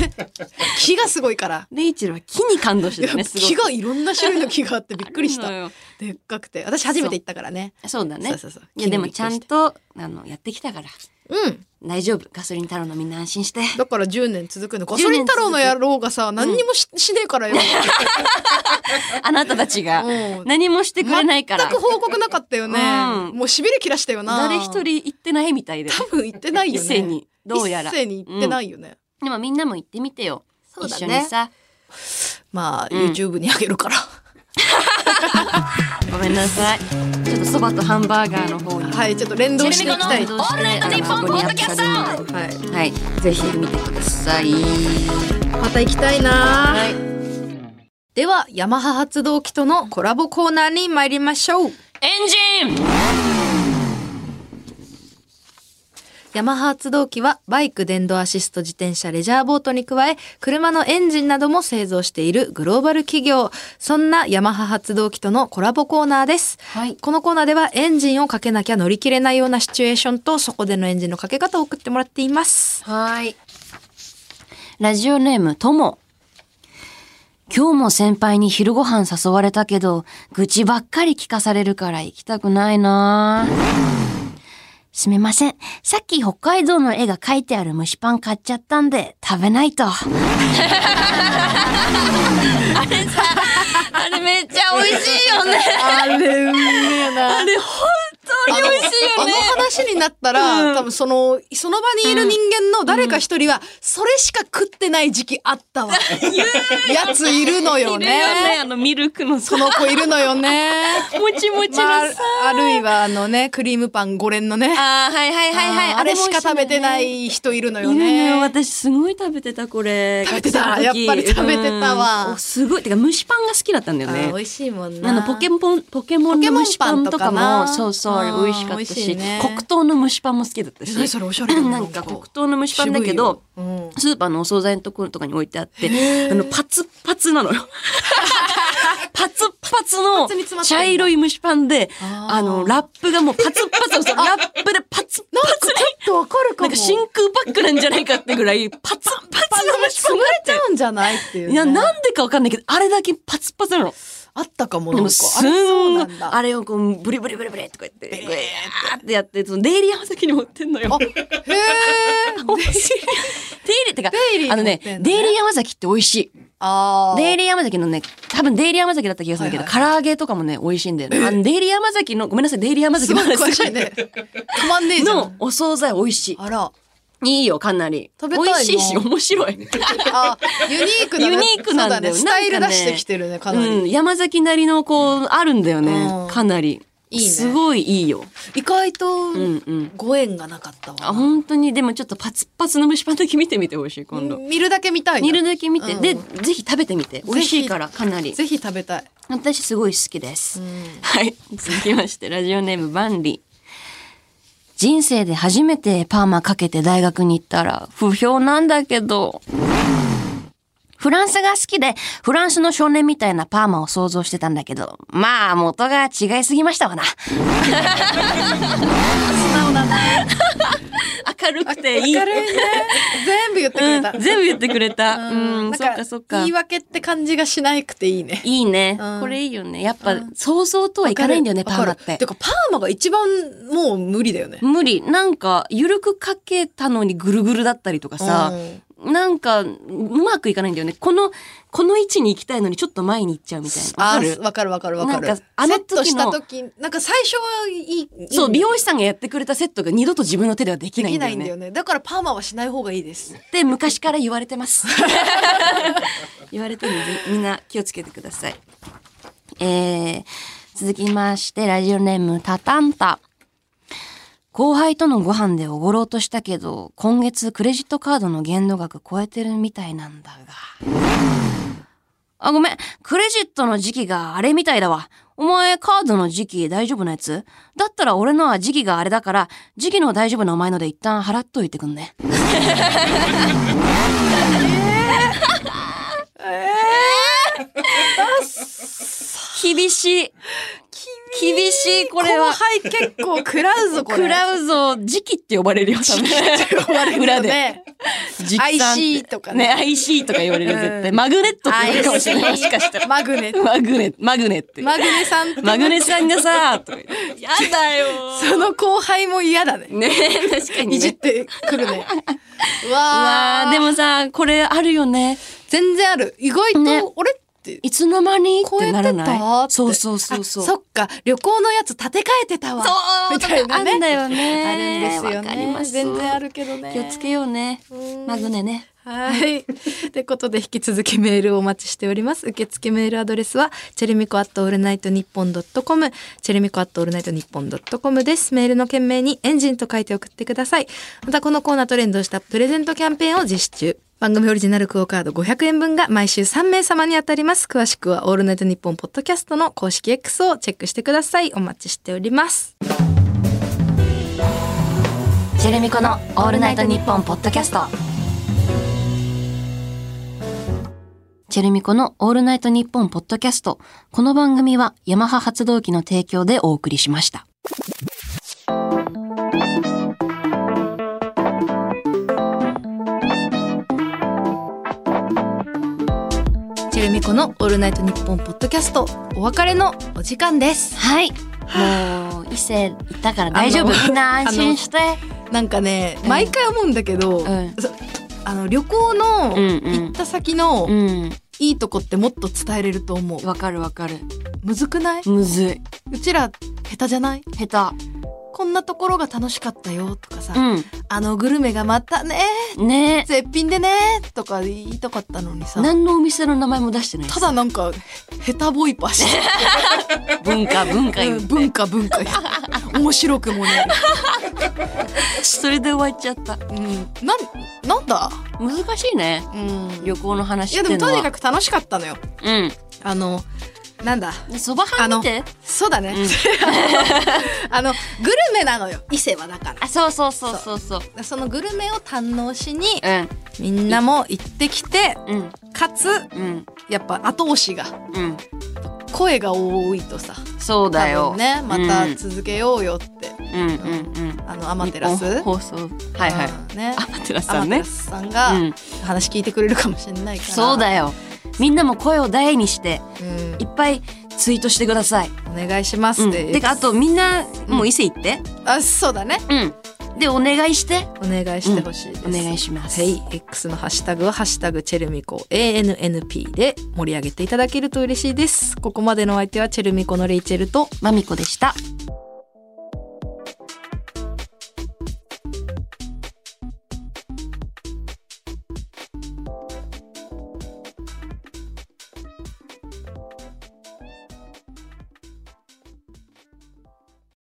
[SPEAKER 3] いで木がすごいから。
[SPEAKER 2] レイチェルは木に感動してたねすごい
[SPEAKER 3] 木がいろんな種類の木があってびっくりし
[SPEAKER 2] あ
[SPEAKER 3] た
[SPEAKER 2] るのよ
[SPEAKER 3] でっかくて私初めて行ったからね
[SPEAKER 2] そうだね
[SPEAKER 3] そうそうそう
[SPEAKER 2] いやでもちゃんとあのやってきたから
[SPEAKER 3] うん
[SPEAKER 2] 大丈夫ガソリン太郎のみんな安心 して
[SPEAKER 3] だから10年続くのガソリン太郎の野郎がさ何にもし,、ねえからよ
[SPEAKER 2] あなたたちが
[SPEAKER 3] うん
[SPEAKER 2] 何もしてくれないから
[SPEAKER 3] 全く報告なかったよね、
[SPEAKER 2] うん
[SPEAKER 3] もうしびれ切らしたよな
[SPEAKER 2] 誰一人行ってないみたいで
[SPEAKER 3] 多分行ってないよね
[SPEAKER 2] 一斉にどうやら
[SPEAKER 3] 一斉に行ってないよね、
[SPEAKER 2] でもみんなも行ってみてよ
[SPEAKER 3] そうだね
[SPEAKER 2] 一緒にさ
[SPEAKER 3] まあ、
[SPEAKER 2] うん
[SPEAKER 3] YouTube にあげるから
[SPEAKER 2] ごめんなさいちょっとそばとハンバーガーの方に
[SPEAKER 3] はいちょっと連動していきたい
[SPEAKER 2] 連動してあのここにアップされるので
[SPEAKER 3] はい、
[SPEAKER 2] はい、ぜひ見てください。
[SPEAKER 3] また行きたいな、
[SPEAKER 2] はい、
[SPEAKER 3] ではヤマハ発動機とのコラボコーナーに参りましょう
[SPEAKER 2] エンジン。
[SPEAKER 3] ヤマハ発動機はバイク電動アシスト自転車レジャーボートに加え車のエンジンなども製造しているグローバル企業そんなヤマハ発動機とのコラボコーナーです、
[SPEAKER 2] はい
[SPEAKER 3] このコーナーではエンジンをかけなきゃ乗り切れないようなシチュエーションとそこでのエンジンのかけ方を送ってもらっています
[SPEAKER 2] はい。ラジオネームとも。今日も先輩に昼ご飯誘われたけど、愚痴ばっかり聞かされるから行きたくないなすみません。さっき北海道の絵が書いてある蒸しパン買っちゃったんで、食べないと。あれさ、あれめっちゃ美味しいよね。
[SPEAKER 3] あれうめえな
[SPEAKER 2] あれ本当に美味しいよね。
[SPEAKER 3] あの話になったら、多分その、その場にいる人間の誰か一人は、それしか食ってない時期あったわ。やついるのよ
[SPEAKER 2] いるよね
[SPEAKER 3] ね。
[SPEAKER 2] あのミルクのそ
[SPEAKER 3] こ
[SPEAKER 2] の
[SPEAKER 3] の子いるの よね。
[SPEAKER 2] もちもちのさ、
[SPEAKER 3] まあ、あるいはあのね、クリームパン5連のね。
[SPEAKER 2] あーはいはいはいはい
[SPEAKER 3] あーあれしか食べてな
[SPEAKER 2] よ
[SPEAKER 3] い人いるの
[SPEAKER 2] ね
[SPEAKER 3] よ
[SPEAKER 2] いるのよ
[SPEAKER 3] ね。
[SPEAKER 2] 私すごい食べてたこれ
[SPEAKER 3] 食べてた
[SPEAKER 2] 学生の時
[SPEAKER 3] やっぱり食べてたわ
[SPEAKER 2] うんおすごいてか蒸しパンが好きだったんだよね
[SPEAKER 3] 味しいもん
[SPEAKER 2] あのポケモンポケモンの蒸しパンとか
[SPEAKER 3] ポケモンパ
[SPEAKER 2] も
[SPEAKER 3] ンとかな
[SPEAKER 2] そうそうあれ美味しかった
[SPEAKER 3] 美味し
[SPEAKER 2] し
[SPEAKER 3] いね
[SPEAKER 2] 黒糖の蒸しパンも好きだった
[SPEAKER 3] え
[SPEAKER 2] し
[SPEAKER 3] 何それおしゃれだ ね
[SPEAKER 2] なんか黒糖の蒸しパンだけど
[SPEAKER 3] 渋いようん
[SPEAKER 2] スーパーのお惣菜のところとかに置いてあってあのパツパツなの よパツパツの
[SPEAKER 3] パツに詰まってんだ
[SPEAKER 2] 茶色い蒸しパンで
[SPEAKER 3] あー
[SPEAKER 2] あのラップがもうパツパツそうラップでパツパツに
[SPEAKER 3] ちょっとわかる
[SPEAKER 2] な
[SPEAKER 3] か
[SPEAKER 2] んか
[SPEAKER 3] も。
[SPEAKER 2] 真空パックなんじゃないかってぐらいパツパツの蒸しパ
[SPEAKER 3] 潰
[SPEAKER 2] ン
[SPEAKER 3] れ
[SPEAKER 2] があっ
[SPEAKER 3] ち
[SPEAKER 2] て
[SPEAKER 3] ゃうんじゃないっていう、ね。
[SPEAKER 2] いや、なんでかわかんないけど、あれだけパツパツなの。
[SPEAKER 3] あったかも
[SPEAKER 2] で
[SPEAKER 3] なん
[SPEAKER 2] も
[SPEAKER 3] か。
[SPEAKER 2] す
[SPEAKER 3] あれそうなんん
[SPEAKER 2] ごい
[SPEAKER 3] だ。
[SPEAKER 2] あれをこう、ブリブリブリブリとかやって、ぐえーってやって、その、デイリーハウス先に持ってん のよ。
[SPEAKER 3] あ、へえ。
[SPEAKER 2] 面白いデイリーってか
[SPEAKER 3] デイリー、
[SPEAKER 2] あのね
[SPEAKER 3] 持って、んのね
[SPEAKER 2] デイリー山崎って美味しい。
[SPEAKER 3] あ
[SPEAKER 2] デイリー山崎のね、多分デイリー山崎だった気がするんだけど、
[SPEAKER 3] は
[SPEAKER 2] 唐揚げとかもね、美味しいんだよね。あの、デイリー山崎の、ごめんなさい、デイリー山崎
[SPEAKER 3] す
[SPEAKER 2] の
[SPEAKER 3] ごい
[SPEAKER 2] 話
[SPEAKER 3] 詳し いね。たまんねえじゃ
[SPEAKER 2] の
[SPEAKER 3] ん。
[SPEAKER 2] お惣菜美味しい。
[SPEAKER 3] あら。
[SPEAKER 2] いいよ、かなり。
[SPEAKER 3] 食べたいな
[SPEAKER 2] 美味しいし、面白い。
[SPEAKER 3] あ、ユニーク だ
[SPEAKER 2] ユ
[SPEAKER 3] ね。
[SPEAKER 2] ニークなんだよ
[SPEAKER 3] そうねスタイル出
[SPEAKER 2] なんかね
[SPEAKER 3] してきてるね、かなり。
[SPEAKER 2] うん、山崎なりのこうあるんだよ
[SPEAKER 3] う
[SPEAKER 2] ね
[SPEAKER 3] ん
[SPEAKER 2] かなり
[SPEAKER 3] いいね
[SPEAKER 2] すごいいいよ
[SPEAKER 3] 意外と
[SPEAKER 2] んうん
[SPEAKER 3] ご縁がなかった
[SPEAKER 2] あ
[SPEAKER 3] わな。
[SPEAKER 2] 本当にでもちょっとパツパツの蒸しパンだけ見てみてほしい今度
[SPEAKER 3] 見るだけ見たいな。
[SPEAKER 2] 煮るだけ見て、
[SPEAKER 3] うん
[SPEAKER 2] でぜひ食べてみて美味しいからかなり
[SPEAKER 3] ぜひ食べたい。
[SPEAKER 2] 私すごい好きです、はい続きましてラジオネームバンリ人生で初めてパーマかけて大学に行ったら不評なんだけどフランスが好きでフランスの少年みたいなパーマを想像してたんだけどまあ元が違いすぎましたわな明るくていい
[SPEAKER 3] 明るいね。全部言ってくれた。
[SPEAKER 2] うん全部言ってくれたうん、
[SPEAKER 3] なん
[SPEAKER 2] そっかそっか
[SPEAKER 3] 言い訳って感じがしなくていいね。
[SPEAKER 2] いいね、
[SPEAKER 3] うん
[SPEAKER 2] これいいよねやっぱ、想像とはいかないんだよね
[SPEAKER 3] わ
[SPEAKER 2] パ
[SPEAKER 3] か
[SPEAKER 2] ー
[SPEAKER 3] る
[SPEAKER 2] マ
[SPEAKER 3] わ
[SPEAKER 2] っ
[SPEAKER 3] か
[SPEAKER 2] て
[SPEAKER 3] るてか、パーマが一番もう無理だよね。
[SPEAKER 2] 無理なんか緩くかけたのにぐるぐるだったりとかさ、なんかうまくいかないんだよねこのこの位置に行きたいのにちょっと前に行っちゃうみたいなわ
[SPEAKER 3] あ
[SPEAKER 2] か
[SPEAKER 3] ー
[SPEAKER 2] る
[SPEAKER 3] わかるわかるわかる。
[SPEAKER 2] なんかあの
[SPEAKER 3] セット
[SPEAKER 2] 時
[SPEAKER 3] し
[SPEAKER 2] の
[SPEAKER 3] た時、なんか最初はいい。いい
[SPEAKER 2] そう美容師さんがやってくれたセットが二度と自分の手ではでき
[SPEAKER 3] で
[SPEAKER 2] ない
[SPEAKER 3] き
[SPEAKER 2] んだ
[SPEAKER 3] な
[SPEAKER 2] よ
[SPEAKER 3] いんだよ
[SPEAKER 2] ね
[SPEAKER 3] ね。だからパーマはしない方がいいです。
[SPEAKER 2] って昔から言われてます 言われてるんでみんな気をつけてくださいえー、続きましてラジオネームタタンタ後輩とのご飯でおごろうとしたけど今月クレジットカードの限度額超えてるみたいなんだがあごめんクレジットの時期があれみたいだわお前カードの時期大丈夫なやつだったら俺のは時期があれだから時期の大丈夫なお前ので一旦払っといてくんね 厳しい。厳しい、これは
[SPEAKER 3] 後。輩結構食らうぞこれ
[SPEAKER 2] クラウゾー、時期って呼ばれるよ、多分。
[SPEAKER 3] 呼ばれるよね
[SPEAKER 2] 裏で。時期さんって
[SPEAKER 3] IC とかね
[SPEAKER 2] ね、IC とか言われるよ、絶対。マグネットって言われるかもしれない、もしかしたら。
[SPEAKER 3] マグネ
[SPEAKER 2] マグネ、マグネって。
[SPEAKER 3] マグネさんって
[SPEAKER 2] マグネさんがさ、とか言ってやだよ
[SPEAKER 3] その後輩も嫌だね
[SPEAKER 2] ね確かに、ね。
[SPEAKER 3] いじって くるねう
[SPEAKER 2] う
[SPEAKER 3] わ
[SPEAKER 2] わ
[SPEAKER 3] ー
[SPEAKER 2] ーでもさ、これあるよね。
[SPEAKER 3] 全然ある意外と、
[SPEAKER 2] ね
[SPEAKER 3] 俺って
[SPEAKER 2] いつの間にっ
[SPEAKER 3] 超え
[SPEAKER 2] て
[SPEAKER 3] て
[SPEAKER 2] な
[SPEAKER 3] た
[SPEAKER 2] らない
[SPEAKER 3] って
[SPEAKER 2] そうそうそうそう。
[SPEAKER 3] あそっか旅行のやつ立て替えてたわ
[SPEAKER 2] そう
[SPEAKER 3] みたいなね
[SPEAKER 2] あんだよね
[SPEAKER 3] あるんですよ
[SPEAKER 2] わかり
[SPEAKER 3] ね
[SPEAKER 2] ます
[SPEAKER 3] 全然あるけどね
[SPEAKER 2] 気をつけようね。マグネね。
[SPEAKER 3] はい。 ということで、引き続きメールをお待ちしております。受付メールアドレスは、チェルミコアットオールナイトニッポンドットコム、チェルミコアットオールナイトニッポンドットコムです。メールの件名にエンジンと書いて送ってください。また、このコーナーと連動したプレゼントキャンペーンを実施中。番組オリジナルクオカード500円分が毎週3名様に当たります。詳しくは、オールナイトニッポンポッドキャストの公式 X をチェックしてください。お待ちしております。
[SPEAKER 2] ジェレミコのオールナイトニッポンポッドキャスト。チェルミコのオールナイトニッポンポッドキャスト。この番組はヤマハ発動機の提供でお送りしました。
[SPEAKER 3] チェルミコのオールナイトニッポンポッドキャスト、お別れのお時間です。
[SPEAKER 2] はい。もう、伊勢行ったから大丈夫
[SPEAKER 3] あ。の
[SPEAKER 2] みんな安心して。
[SPEAKER 3] なんかね、毎回思うんだけど、
[SPEAKER 2] ん
[SPEAKER 3] そあの旅行の
[SPEAKER 2] うんうん
[SPEAKER 3] 行った先の
[SPEAKER 2] うん。
[SPEAKER 3] いいとこってもっと伝えれると思う。
[SPEAKER 2] わかるわかる。
[SPEAKER 3] むずくない、
[SPEAKER 2] むずい。
[SPEAKER 3] うちら下手じゃない
[SPEAKER 2] 下
[SPEAKER 3] こんなところが楽しかったよとかさ、
[SPEAKER 2] 手。
[SPEAKER 3] あのグルメがまたね
[SPEAKER 2] うん。ね
[SPEAKER 3] 絶品でねとか言いたかったのにさ。
[SPEAKER 2] 何のお店の名前も出してない。
[SPEAKER 3] ただなんか下手ボイパし
[SPEAKER 2] 文化、文化
[SPEAKER 3] て、
[SPEAKER 2] 言
[SPEAKER 3] う
[SPEAKER 2] っ
[SPEAKER 3] ん
[SPEAKER 2] て。
[SPEAKER 3] 文化 文化面白くもね、
[SPEAKER 2] それで終わっちゃった。
[SPEAKER 3] うん、なんなんだ、
[SPEAKER 2] 難しいね。
[SPEAKER 3] うん、
[SPEAKER 2] 旅行の
[SPEAKER 3] い
[SPEAKER 2] 話
[SPEAKER 3] や
[SPEAKER 2] って
[SPEAKER 3] でも
[SPEAKER 2] のは。
[SPEAKER 3] とにかく楽しかったのよ
[SPEAKER 2] うん。
[SPEAKER 3] あのなんだ
[SPEAKER 2] でそば飯見て。
[SPEAKER 3] そうだね。 あのグルメなのよ。伊勢はだか
[SPEAKER 2] あそうそうそうそうそう。
[SPEAKER 3] ら。そのグルメを堪能しに
[SPEAKER 2] うん
[SPEAKER 3] みんなも行ってきて、
[SPEAKER 2] うん
[SPEAKER 3] かつ
[SPEAKER 2] うん
[SPEAKER 3] やっぱ後押しが
[SPEAKER 2] うん。
[SPEAKER 3] 声が多いとさ、
[SPEAKER 2] そうだよ。
[SPEAKER 3] 多分ねまた
[SPEAKER 2] うん
[SPEAKER 3] 続けようよって、
[SPEAKER 2] うんうんうん。
[SPEAKER 3] あのアマテラス、
[SPEAKER 2] 日本放送。はいはい。
[SPEAKER 3] うんね、
[SPEAKER 2] アマテラスさ
[SPEAKER 3] アマ
[SPEAKER 2] ん
[SPEAKER 3] テ
[SPEAKER 2] ね
[SPEAKER 3] ラ。スさんが
[SPEAKER 2] うん
[SPEAKER 3] 話聞いてくれるかもしれないから。
[SPEAKER 2] そうだよ。みんなも声を大にして
[SPEAKER 3] うん
[SPEAKER 2] いっぱいツイートしてください。
[SPEAKER 3] お願いします
[SPEAKER 2] うん
[SPEAKER 3] って。
[SPEAKER 2] てかあとみんなもう伊勢行って。
[SPEAKER 3] あそうだね。
[SPEAKER 2] うん。でお願いして。
[SPEAKER 3] お願いしてほしいです、
[SPEAKER 2] うんお願いします
[SPEAKER 3] はい X のハッシュタグはハッシュタグチェルミコ ANNP で盛り上げていただけると嬉しいですここまでのお相手はチェルミコのレイチェルと
[SPEAKER 2] まみこでした。